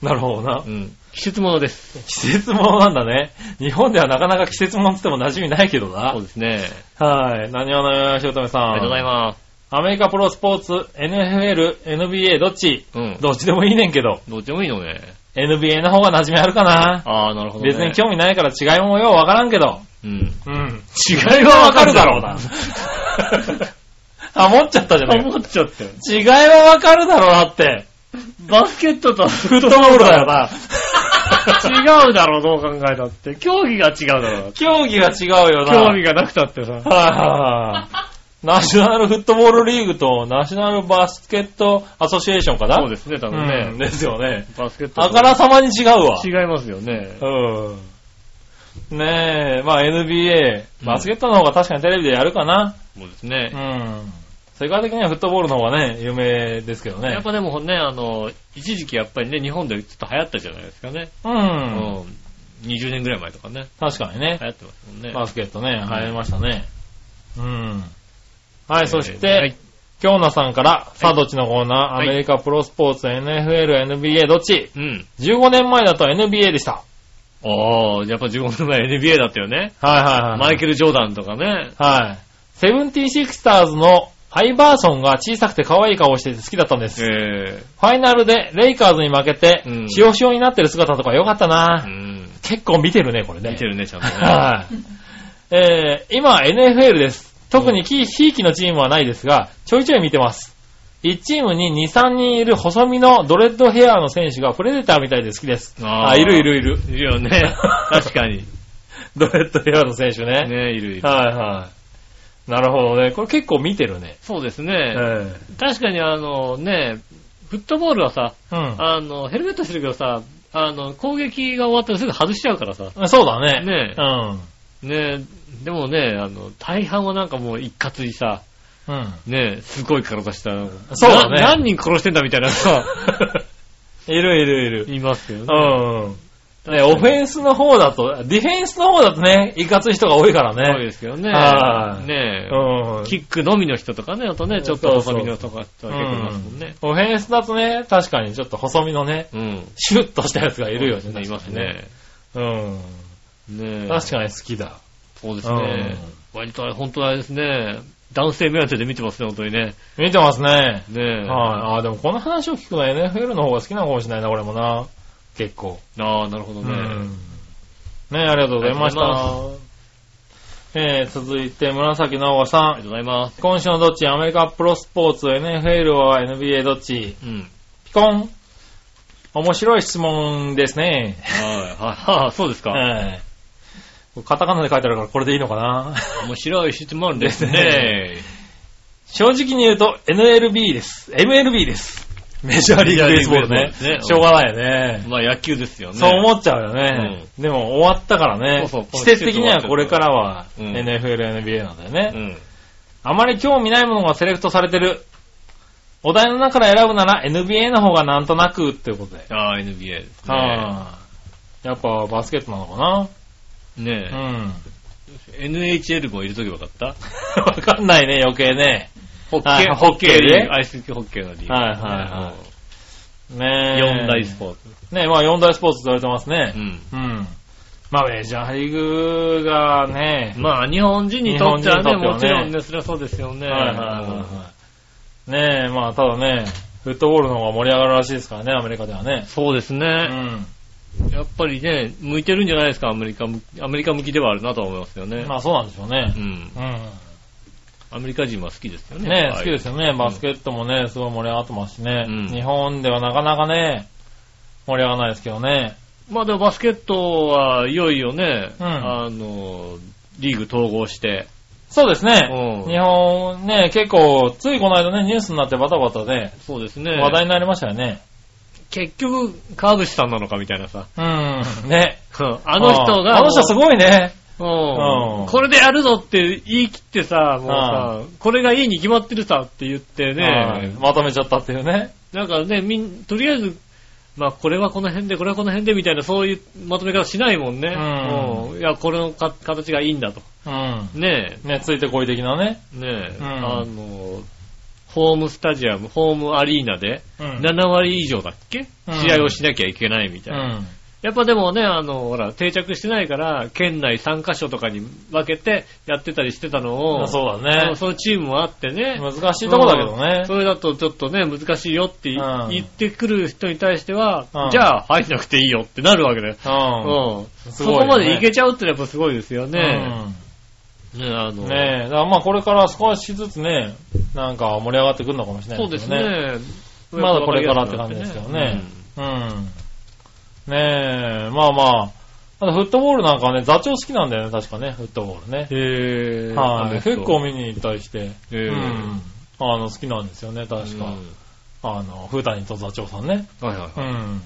C: なるほどな
B: う。ん。季節ものです。
C: 季節物なんだね。日本ではなかなか季節物って言っても馴染みないけど
B: そう
C: な。
B: ですね。
C: はい。何をなよ、しおとめさん。
B: ありがとうございます。
C: アメリカプロスポーツ、NFL、NBA、どっち
B: うん。
C: どっちでもいいねんけど、
B: どっちでもいいのね。
C: NBA の方が馴染みあるかな。
B: ああ、なるほど、ね。
C: 別に興味ないから違いもようわからんけど。
B: うん。
C: うん。
B: 違
C: 違
B: い
C: い
B: は
C: は
B: わ
C: わ
B: か
C: か
B: る
C: る
B: だろ
C: だろ
B: う
C: う
B: な
C: な。あ、持っちゃったじゃない
B: 思っちゃったよ。
C: 違いはわかるだろうなって。
B: バスケットとフ
C: フットボールだよな。
B: 違うだろう、どう考えたって。競技が違うだろう
C: 競技が違うよ
B: な。
C: な。
B: 興味がなくたってさ。
C: はぁ、ナショナルフットボールリーグとナショナルバスケットアソシエーションかな
B: そうですね、多分ね。
C: うんですよね。
B: バスケットと
C: あからさまに違うわ。
B: 違いますよね。
C: うん。ねえ、まあ NBA、バスケットの方が確かにテレビでやるかな。
B: そうです
C: う
B: ね。
C: ん。世界的にはフットボールの方がね、有名ですけど
B: や
C: ね
B: っ。ぱでもね、あの、一時期やっぱりね、日本でちょっと流行ったじゃないですかね。
C: う。。
B: うん20年ぐらい前とかね。
C: 確かにね
B: 流。行ってますもんね。
C: バスケットね、
B: ん
C: 流行りましたね。うん。はい、そし
B: は
C: て
B: い、
C: 京奈さんから、さあどっちのコーナー、ア
B: はい
C: メリカプロスポーツ、NFL、NBA、どっち
B: うん。
C: ?15 年前だと NBA でした。
B: ああ、やっぱ15年前 NBA だったよね。
C: はいはいはい。
B: マイケル・ジョーダンとかね。
C: はい。セブンティシクターズのアイバーソンが小さくて可愛い顔をしてて好きだったんです。
B: え
C: ファイナルでレイカーズに負けて
B: うん、
C: しおしおになってる姿とか良かった
B: え
C: な、
B: うん。
C: 結構見てるね、これね。
B: 見てるね、ちゃんと ね。
C: はい。えー、今 NFL です。特にひひいきのチームはないですが、ちょいちょい見てます。1チームに2、3人いる細身のドレッドヘアの選手がプレデターみたいで好きです。
B: あー
C: いるいるいる。
B: いる よね。確かに。
C: ドレッドヘアの選手ね。
B: ね、いるいる。
C: はいはい。なるほどね。これ結構見てるね。
B: そうです
C: え
B: ね。確かにあのね、フットボールはさ、
C: うん。
B: あの、ヘルメットしてるけどさ、あの、攻撃が終わったらすぐ外しちゃうからさ。
C: そうだね。
B: ね
C: うん。
B: ねでもね、あの、大半はなんかもう一括にさ、
C: うん。
B: ねすごい体した、なんか
C: そうだね
B: な何人殺してんだみたいな さ、
C: いるいるいる。
B: いますけど
C: う
B: ね。
C: ん。ね、オフェンスの方だと、ディフェンスの方だとね、いかつい人が多いから
B: そう
C: ね。
B: ですけどね。
C: はい
B: ね
C: うん。
B: キックのみの人とかね、あとね、ちょっと細身のとかとは結構いますもんね。
C: オフェンスだとね、確かにちょっと細身のね、
B: うん。
C: シュッとしたやつがいるよね。
B: いますね。
C: 確かにね。
B: ね
C: う
B: え
C: ん。確かに好きだ。
B: そうですね。割とあれ、本当はあれですね。男性目当てで見てますね、本当にね。
C: 見てますね。
B: ね
C: は
B: え。
C: い。ああ、でもこの話を聞くと NFL の方が好きなのかもしれないな、これもな。結構。
B: ああ、なるほど
C: う
B: ね。
C: ん。ねありがとうございまし
B: ありがと
C: た。えー、続いて、紫のおば
B: あ
C: さ
B: りが
C: ん。
B: とうございます。
C: 今週のどっちアメリカプロスポーツ、NFL は NBA どっち
B: うん。
C: ピコン。面白い質問ですね。
B: はい、はい、はい、そうです か。
C: はい。カタカナで書いてあるからこれでいいのかな
B: 面白い質問ですね。
C: 正直に言うと NLB です。MLB です。メジャーリーグベースボール
B: メ
C: ね
B: ジャーリーグベースボールね。
C: しょうがないよね。
B: まあ野球ですよね。
C: そう思っちゃうよね。でも終わったからね。
B: そうそうこ
C: 季
B: の
C: 節的にはこれからは
B: うん
C: NFL、NBA なんだよね。
B: うん。
C: あまり興味ないものがセレクトされてる。お題の中から選ぶなら NBA の方がなんとなくっていうことで。
B: ああ、NBA ですね。
C: はあ、やっぱバスケットなのか
B: ね
C: なうん。
B: え。NHL も入れとけばよかった
C: わかんないね、余計ね。
B: ホッ
C: は
B: ケ
C: い
B: ー、
C: ホッケー
B: リー
C: ね
B: グアイスホッケーのリーグ。
C: はいはいはいねえ。
B: 4大スポーツ。
C: ツ。ねえ、まあ4大スポーツと言われてます
B: う
C: ね。
B: ん。
C: うん。まあメジャーリーグがね、
B: まあ日本人にとっては
C: 日
B: ね、
C: 本人にと
B: も
C: って
B: ち
C: はね
B: ろんね、それはそうですよね。
C: はいはいはいはい。ねえ、まあただね、フットボールの方が盛り上がるらしいですからね、アメリカではね。
B: そうです
C: う
B: ね。
C: ん。
B: やっぱりね、向いてるんじゃないですか、アメリカ向き、アメリカ向きではあるなとは思いますよね。
C: まあそうなんでしょうね
B: う。ん。
C: う
B: アメリカ人は好きですよ
C: ん。
B: ね。
C: ね
B: ああいう
C: え、好きですよね。バスケットもね、すごい盛り上がってますしね。
B: うん
C: 日本ではなかなかね、盛り上がらないですけどね。
B: まあでもバスケットはいよいよね、
C: うん
B: あの、リーグ統合して、
C: そうですね。
B: うん
C: 日本ね、結構、ついこの間ね、ニュースになってバタバタで、
B: そうですね。
C: 話題になりましたよね。
B: 結局、川渕さんなのかみたいなさ。
C: うん。ね。
B: あの人が、
C: あの人すごいね。
B: うん
C: うん
B: これでやるぞって言い切ってさ、もうさ、
C: は
B: これがいいに決まってるさって言って
C: はい
B: ね、
C: まとめちゃったっていうね。
B: なんかね、みん、とりあえず、まあこれはこの辺で、これはこの辺でみたいな、そういうまとめ方しないもんね。
C: うん
B: うんいや、これのか形がいいんだと。
C: うん。
B: ね
C: ね、ついてこい的なね。
B: え、ねえ、
C: うん
B: あの、ホームスタジアム、ホームアリーナで、
C: うん
B: 7割以上だっけ、
C: うん
B: 試合をしなきゃいけないみた
C: う
B: いな。
C: ん。
B: やっぱでもね、あの、ほら、定着してないから、県内3カ所とかに分けてやってたりしてたのを、
C: そう
B: あ
C: だ
B: の
C: ね。
B: そのチームもあってね。
C: 難しいとこだけど
B: う
C: ね
B: ん。それだとちょっとね、難しいよってい
C: うん
B: 言ってくる人に対しては
C: うん、
B: じゃあ入んなくていいよってなるわけだよ。う
C: う
B: ん。そ
C: すごいよね
B: こまでいけちゃうってのはやっぱすごいですよ
C: ん。
B: ね。
C: うん
B: ね、あの、
C: ねえ、だからまあこれから少しずつね、なんか盛り上がってくるのかもしれな
B: そう
C: い
B: です
C: ね。
B: ね。
C: まだこれからって感じですけどね。うん。ねえ、まあまあ。あとフットボールなんかはね、座長好きなんだよね、確かね、フットボールね。
B: うん。へぇ
C: はい。結構見に行ったりして、
B: へ
C: う
B: ー
C: ん。あの、好きなんですよね、確か。あの、風谷と座長さんね。
B: はいはいうは
C: ん。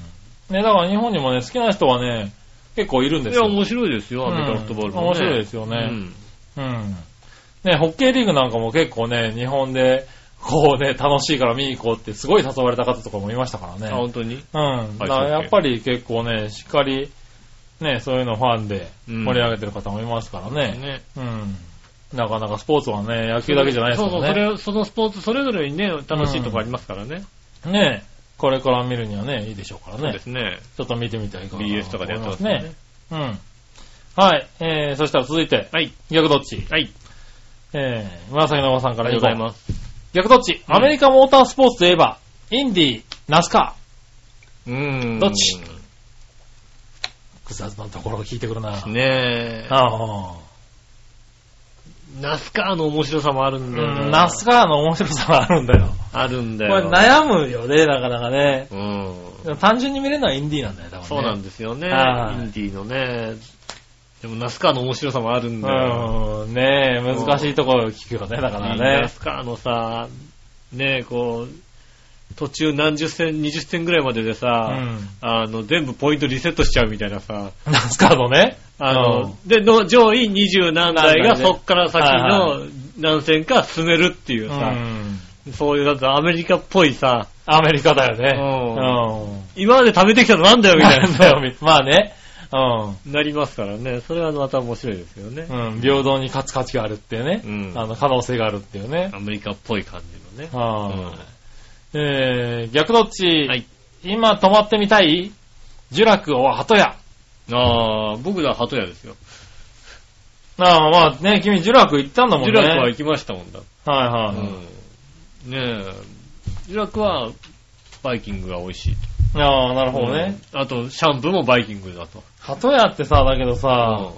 C: ね、だから日本にもね、好きな人はね、結構いるん
B: い。
C: で
B: い
C: す
B: や、
C: よ。
B: 面白いですよ、アメリカ
C: うん
B: フットボールもね。
C: 面白いですよね
B: うん
C: うん。ね、ホッケーリーグなんかも結構ね、日本で、こうね、楽しいから見に行こうってすごい誘われた方とかもいましたから
B: あ、
C: ね。
B: 本当に
C: うん。だ
B: はい
C: か
B: そう
C: ら
B: そう
C: やっぱり結構ね、しっかり、ね、そういうのファンで
B: うん
C: 盛り上げてる方もいますからね。
B: ね。
C: うん。なかなかスポーツはね、野球だけじゃないです
B: そうそう、
C: か
B: そ
C: らね。
B: れ、そのスポーツそれぞれにね、楽しいとこありますからね。
C: ねこれから見るにはね、いいでしょうから
B: そう
C: ね
B: で。すね。
C: ちょっと見てみたいかな
B: BS とかでやってますから
C: ね
B: ね。。
C: うん。はい。えー、そしたら続いて、
B: はい。
C: 逆どっち
B: はい。
C: えー、紫のおばさんか
B: あ
C: ら
B: りがとうございます。
C: 逆どっち
B: うん
C: アメリカモータースポーツといえば、インディー、ナスカ
B: うーん。
C: どっちー。複雑なところを聞いてくるな。
B: ねえ。
C: ああ。
B: ナスカーの面白さもあるんだよ
C: う
B: ね。
C: ん、ナスカの面白さがあるんだよ。
B: あるん
C: こ
B: だ
C: れ
B: よ。
C: 悩むよね、なかなかね。
B: うん。
C: 単純に見れるのはインディーなんだよ、多分、ね。
B: そうなん
C: だ。
B: ですよね。イ
C: はい
B: ンディーのね。でも、ナスカーの面白さもあるんだよ。
C: うん、ねえ、難しいところを聞くよね、だから
B: ナ
C: ね。
B: スカーのさ、ねえ、こう、途中何十戦、20戦ぐらいまでで
C: う
B: さ、
C: ん。
B: あの、全部ポイントリセットしちゃうみたいなさ、
C: ナスカのね。
B: あ
C: う
B: の
C: ん、
B: で、の上位20何台が
C: 何台ね
B: そっから先
C: はい
B: の何戦か進めるっていう
C: う
B: さ、
C: ん。
B: そういう、だってアメリカっぽいさ、
C: アメリカだよね。
B: うん
C: うん。
B: 今まで貯めてきたのなんだよみたいな
C: なんだよ、み まあね。う
B: なりますからね。それはまた面白いですよね。
C: ん。うん。平等に勝つ価値があるっていうね。
B: うん
C: あの、可能性があるっていうね。
B: アメリカっぽい感じのね。
C: は
B: うん
C: い。えー、逆どっち、
B: はい。
C: 今泊まってみたいジュラクは鳩屋。
B: ああ、僕ら鳩屋ですよ。
C: ああ、まあね、君ジュラク行ったんだもん
B: ジ
C: ね。
B: ュラクは行きましたもんだ。
C: は
B: う
C: いはい。
B: ん。ねえ、ジュラクはバイキングが美味しいと。
C: ああ、なるほどね。
B: うん。あと、シャンプーもバイキングだと。
C: 鳩屋ってさ、だけどさ、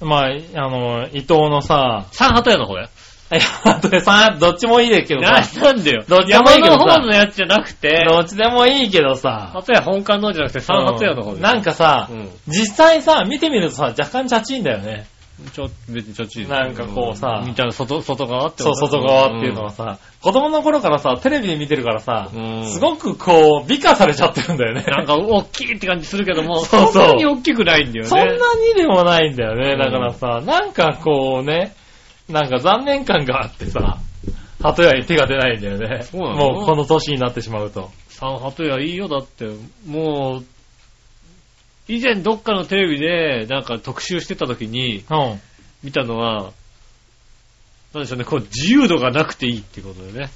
B: うん
C: まあ、いあの、伊藤のさ、
B: サン鳩屋の方や。
C: いや、鳩屋さん、どっちもいいですけど
B: な
C: さ、
B: なんでよ。
C: どっちでもいいけど
B: 山
C: さ
B: の方のやつじゃなくて、
C: どっちでもいいけどさ、
B: 鳩屋本館の方じゃなくて、サン鳩屋の方
C: う
B: で
C: ん
B: す
C: なん、かさ
B: う、ん。
C: 実際さ、見てみるとさ、若干チャチいんだよね。
B: ちょ、別にちょっちいです
C: なんかこうさ
B: みたいな、外、外側って
C: そ
B: こ
C: う、
B: と
C: 外側っていうのはさ、子供の頃からさ、テレビで見てるからさ、
B: うん
C: すごくこう、美化されちゃってるんだよね。
B: なんか、大きいって感じするけども、
C: そうそう
B: そんなに大きくないんだよね。
C: そんなにでもないんだよね。
B: うん
C: だからさ、なんかこうね、なんか残念感があってさ、鳩屋に手が出ないんだよね。
B: そうなの
C: もうこの年になってしまうと。
B: サンハトヤいいよ、だって。もう、以前どっかのテレビで、なんか特集してた時に
C: うん。
B: 見たのは、なんでしょうね、こう自由度がなくていいってことだよね。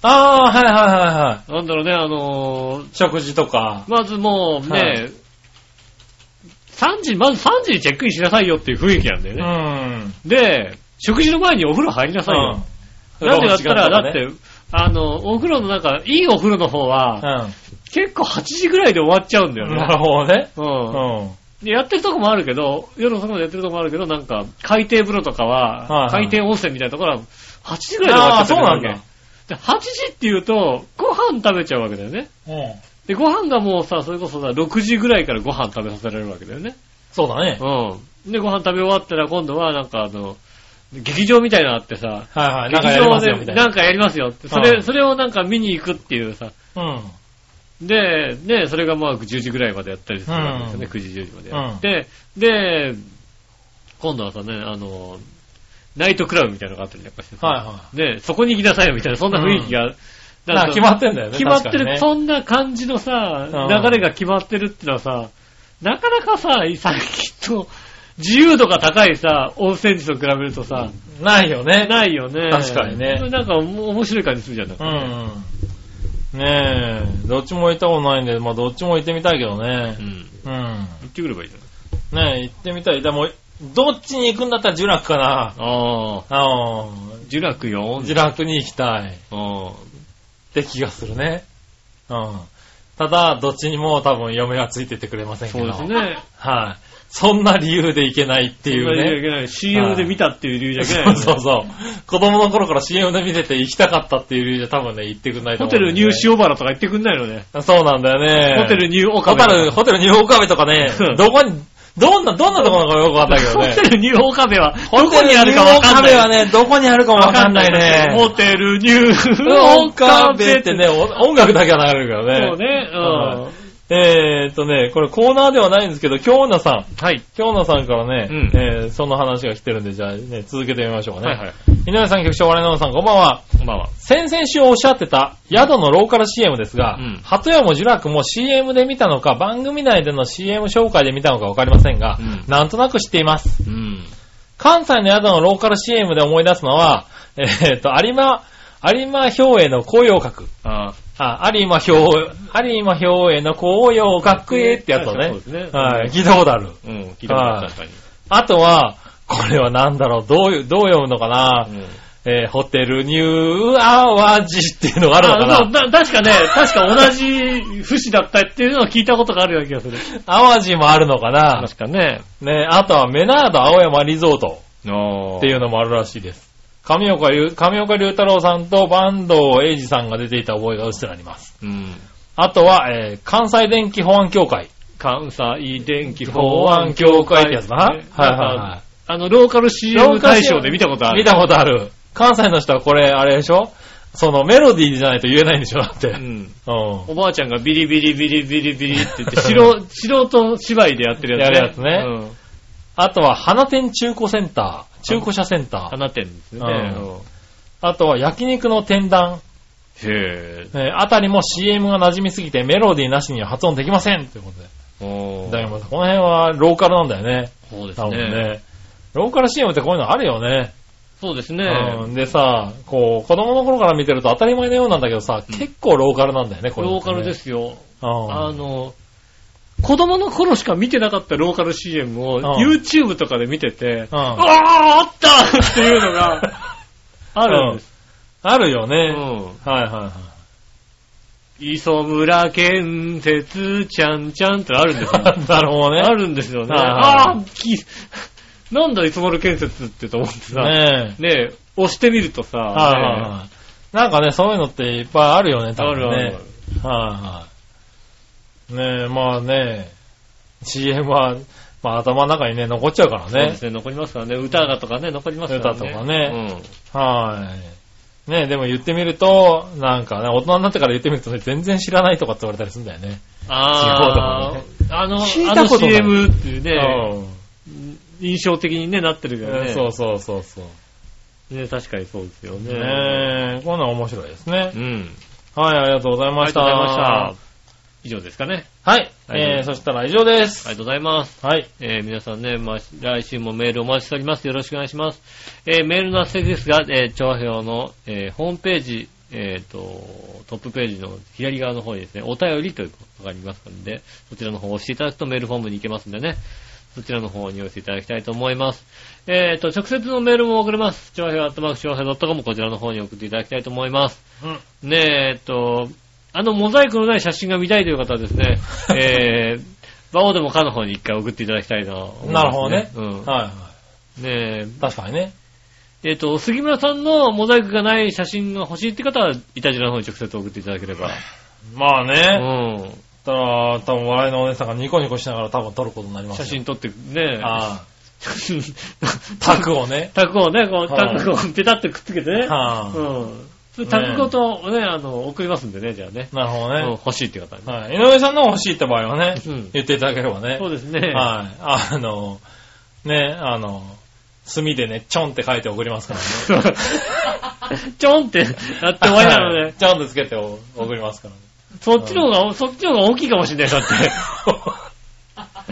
C: ああー、はいはいはいはい。
B: なんだろうね、あのー
C: 食事とか。
B: まずもうね、
C: はい
B: 3時、まず3時にチェックインしなさいよっていう雰囲気なんだよ
C: う
B: ね。
C: ん。
B: で、食事の前にお風呂入りなさいよ。なんでだったら、だっ、て、あの、お風呂の中、いいお風呂の方は、結構8時ぐらいで終わっちゃうんだよ
C: うん。
B: ね。
C: なるほどね。う。
B: うんん。でやってるとこもあるけど、夜遅くまでやってるとこもあるけど、なんか、海底風呂とかは、
C: はいはい
B: 海底温泉みたいなところは、8時ぐらいで終わっちゃってるわけ。
C: あー
B: で、8時っていうと、ご飯食べちゃうわけだよね。
C: うん。
B: で、ご飯がもうさ、それこそさ、6時ぐらいからご飯食べさせられるわけだよね。
C: そうだね。
B: うん。で、ご飯食べ終わったら、今度は、なんかあの、劇場みたいなのあってさ、
C: はいはい。なんか
B: 劇
C: やり
B: 場
C: ますよ、
B: で
C: みたい
B: な
C: な。
B: んかやりますよって、そ
C: うん
B: れ、それをなんか見に行くっていうさ、
C: うん。
B: で、ね、それがまあ10時ぐらいまでやったりするわけですよね、
C: うん
B: 9時、10時までやって、で、今度はさね、あの、ナイトクラブみたいなのがあったりなんかしてさ、
C: はいは
B: で、そこに行きなさいよみたいな、そんな雰囲気が、
C: い。なんか決
B: っ
C: まってんだよね。
B: 決まってる、
C: 確か
B: そんな感じのさ、
C: うん
B: 流れが決まってるってのはさ、なかなかさ、最近と自由度が高いさ、温泉地と比べるとさ、
C: にねないよね。
B: ないよね。
C: 確かにね
B: なんか面白い感じするじゃんなんかね。
C: うん。ねえ、どっちも行ったことないんで、まあどっちも行ってみたいけどね
B: う。ん。
C: うん。
B: 行ってくればいいじゃない
C: ねえ、行ってみたい。でも、どっちに行くんだったらジュラクかな。
B: ああ。
C: あ
B: 呪楽よ。
C: ジュラクに行きたいっ
B: うん。
C: て気がするね。うん。ただ、どっちにも多分嫁はついてってくれませんけ
B: そう
C: ど。
B: です。ね。
C: はい。そんな理由で行けないってい
B: そんな理由
C: うね。
B: じゃいけない。CM で見たっていう理由じゃいけない、
C: そうそうそう。子供の頃から CM で見てて行きたかったっていう理由じゃ多分ね、行ってくんない
B: ホ
C: と思う
B: テ
C: んだよ
B: ル
C: ね、
B: ニューシオバラとか言ってくんないのね。
C: そうなんだよね。
B: ホテルニューオカ
C: ホ
B: ベ
C: タ
B: とか。
C: ル、ホテルニューオーカベとかね
B: うん、
C: どこに、どんな、どんなとこなのかよくわかんないけどね。
B: ホテルニューオカベは、
C: ホ
B: ど
C: テ
B: こ
C: ル
B: にあるかわかんない。
C: ニューオーカベはね、どこにあるかもわかんない
B: ホ
C: ね。
B: テルニュ
C: ニ
B: ー
C: ューオ
B: オ
C: ーカ
B: カ
C: ベ
B: ベ
C: ってね、お音楽だけは流れるか
B: そう
C: らね。
B: ね。うん。
C: えーっとね、これコーナーではないんですけど、京奈さん。
B: はい。
C: 京奈さんからね、
B: うん
C: えーその話が来てるんで、じゃあね、続けてみましょうかね。
B: はいはい。
C: 井上さん、局長、我々の皆さん、こんばんは。
B: こんばんは。
C: 先々週おっしゃってた宿のローカル CM ですが、
B: うん
C: 鳩屋もジュラクも CM で見たのか、番組内での CM 紹介で見たのかわかりませんが、
B: うん
C: なんとなく知っています。
B: うん。
C: 関西の宿のローカル CM で思い出すのは、 えーっと、有馬、有馬表への紅葉閣。
B: ああ。
C: あ、有馬表、有馬表への紅葉閣へってやつをね
B: そうで、すね。
C: はい、聞いたことある。
B: うん、聞いたことある、
C: はい
B: 確かに。
C: あとは、これはなんだろう、どういう、どう読むのかな、
B: うん
C: えーホテルニューアワジっていうのがあるのか
B: あ
C: な
B: そうだ確かね、確か同じ節だったっていうのを聞いたことがあるような気がする。
C: 淡路もあるのかな
B: 確かね。
C: ね、あとはメナード青山リゾート
B: っ
C: っていうのもあるらしいです。神岡龍、神岡龍太郎さんと坂東英二さんが出ていた覚えがうっすらあります。
B: うん。
C: あとは、えー関西電気保安協会。
B: 関西電気
C: 保安協会ってやつだな。はい
B: ね
C: はい
B: なん
C: は
B: かあの、ローカル
C: い。
B: CM 大賞で見たことある。
C: 見たことある。関西の人はこれ、あれでしょそのメロディーじゃないと言えないんでしょだって。う。
B: うんん。おばあちゃんがビリビリビリビリビリって言って、素人素人芝居でやってるやつね。
C: やるやつね
B: うん。
C: あとは、花店中古センター。中古車センター。
B: 放ってるんですよね。
C: うんあとは、焼肉の天壇。
B: へ
C: えーあたりも CM が馴染みすぎてメロディーなしには発音できませんということで。
B: ぇー。お
C: だから
B: ー。
C: またこの辺はローカルなんだよね。
B: そうです
C: 多分
B: ね。
C: ね。ローカル CM ってこういうのあるよね。
B: そうですね。
C: うん、でさ、こう、子供の頃から見てると当たり前のようなんだけどさ、
B: うん
C: 結構ローカルなんだよね、これ、。
B: ローカルですすよ。
C: うん。
B: あの、子供の頃しか見てなかったローカル CM を
C: ん
B: YouTube とかで見てて、
C: うん
B: ああ、あったっていうのがあるんです。
C: あるよ
B: う
C: ね。
B: ん。
C: はいはいはい。
B: 磯村建設ちゃんちゃんってあるん ですよ。
C: なるほどね。
B: あるんですよね。
C: はいはい
B: ああ、き、なんだ磯丸建設ってと思ってさ、ね
C: ねえ。
B: え押してみるとさ、
C: はいはい
B: ね
C: はい。なんかね、そういうのっていっぱいあるよね、多
B: あ
C: 分ね。
B: るある。
C: はいはい。ねえ、まあね、CM は、まあ頭の中にね、残っちゃうから
B: そうで
C: ね
B: す。ね、残りますからね。歌がとかね、残りますからね。
C: 歌とかねはい。ねえ、でも言ってみると、なんかね、大人になってから言ってみるとね、全然知らないとかって言われたりするんだよね。
B: うん。ああ、あの、
C: 聞い
B: あ
C: た
B: の
C: ことない
B: CM っていうね、
C: うん
B: 印象的に、ね、なってるからね。
C: そうそうそうそう。
B: ね確かにそうですよね。
C: ねえ、こんなの面白いですね
B: う。ん。
C: はい、ありがとうござい
B: あ
C: ま
B: りが
C: し
B: と
C: た。
B: うございました。以上ですかね。
C: はい。
B: はい
C: えー、そしたら以上で
B: あ
C: す。
B: りがとうございます。
C: はい。
B: えー皆さんね、まあ、来週もメールお待ちしております。よろしくお願いします。えーメールの宛先ですが、えー、長編の、えーホームページ、えっ、と、トップページの左側の方にですね、お便りというのがありますので、そちらの方を押していただくとメールフォームに行けますんでね、そちらの方にお寄せいただきたいと思います。えっ、と、直接のメールも送れます。長編アットマーク長編 .com こちらの方に送っていただきたいと思います。
C: うん。
B: ねえ、えっと、あのモザイクのない写真が見たいという方はです ね、えー、バオでもかの方に一回送っていただきたいな、
C: なるほどね。
B: うん。
C: はいは
B: ね
C: い。確かにね。
B: え、えっと、杉村さんのモザイクがない写真が欲しいって方は、イタジラの方に直接送っていただければ。
C: まあ
B: う
C: ね。
B: ん。
C: だから、多分笑いのお姉さんがニコニコしながら多分撮ることになります
B: 写真
C: よ。
B: 撮って、ね
C: ああ。
B: タ
C: タ
B: ク
C: クを ね。
B: タクをね、こう、
C: は
B: タ
C: い
B: クをペタってくっつけてね。
C: は
B: うん。それタクごとね、あの、送りますんでね、じゃあね。
C: なるほど
B: うん
C: ね。
B: 欲しいって方はね。
C: はい。井上さんの欲しいって場合はね
B: うん、
C: 言っていただければね
B: そ。うですね。
C: はい。あの、ね、あの、墨でね、ちょんって書いて送りますから ね。
B: ちょんってやって終わりなの
C: はい
B: ね。
C: ちょんとつけてお送ります からね。
B: そっちの方が、そっちの方が大きいかもしれないよだって。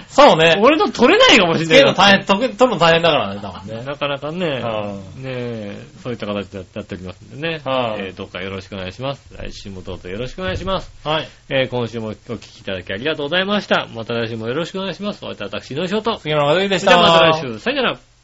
C: そうね。
B: 俺の取れないかもしれ
C: つ
B: ない
C: ける
B: よだ
C: の
B: って
C: 大変、とけ取るの大変だからね、多分ね。
B: なかなかね、
C: は
B: ねえ、そういった形でやっておりますんでね、
C: はい
B: えーどうかよろしくお願いします。来週もどうぞよろしくお願いします。
C: はい。
B: えー今週もお聞きいただきありがとうございました。また来週もよろしくお願いします。お相手は私、井上翔と。
C: 杉村和之でし
B: それで
C: た。
B: はまた来週。さよなら。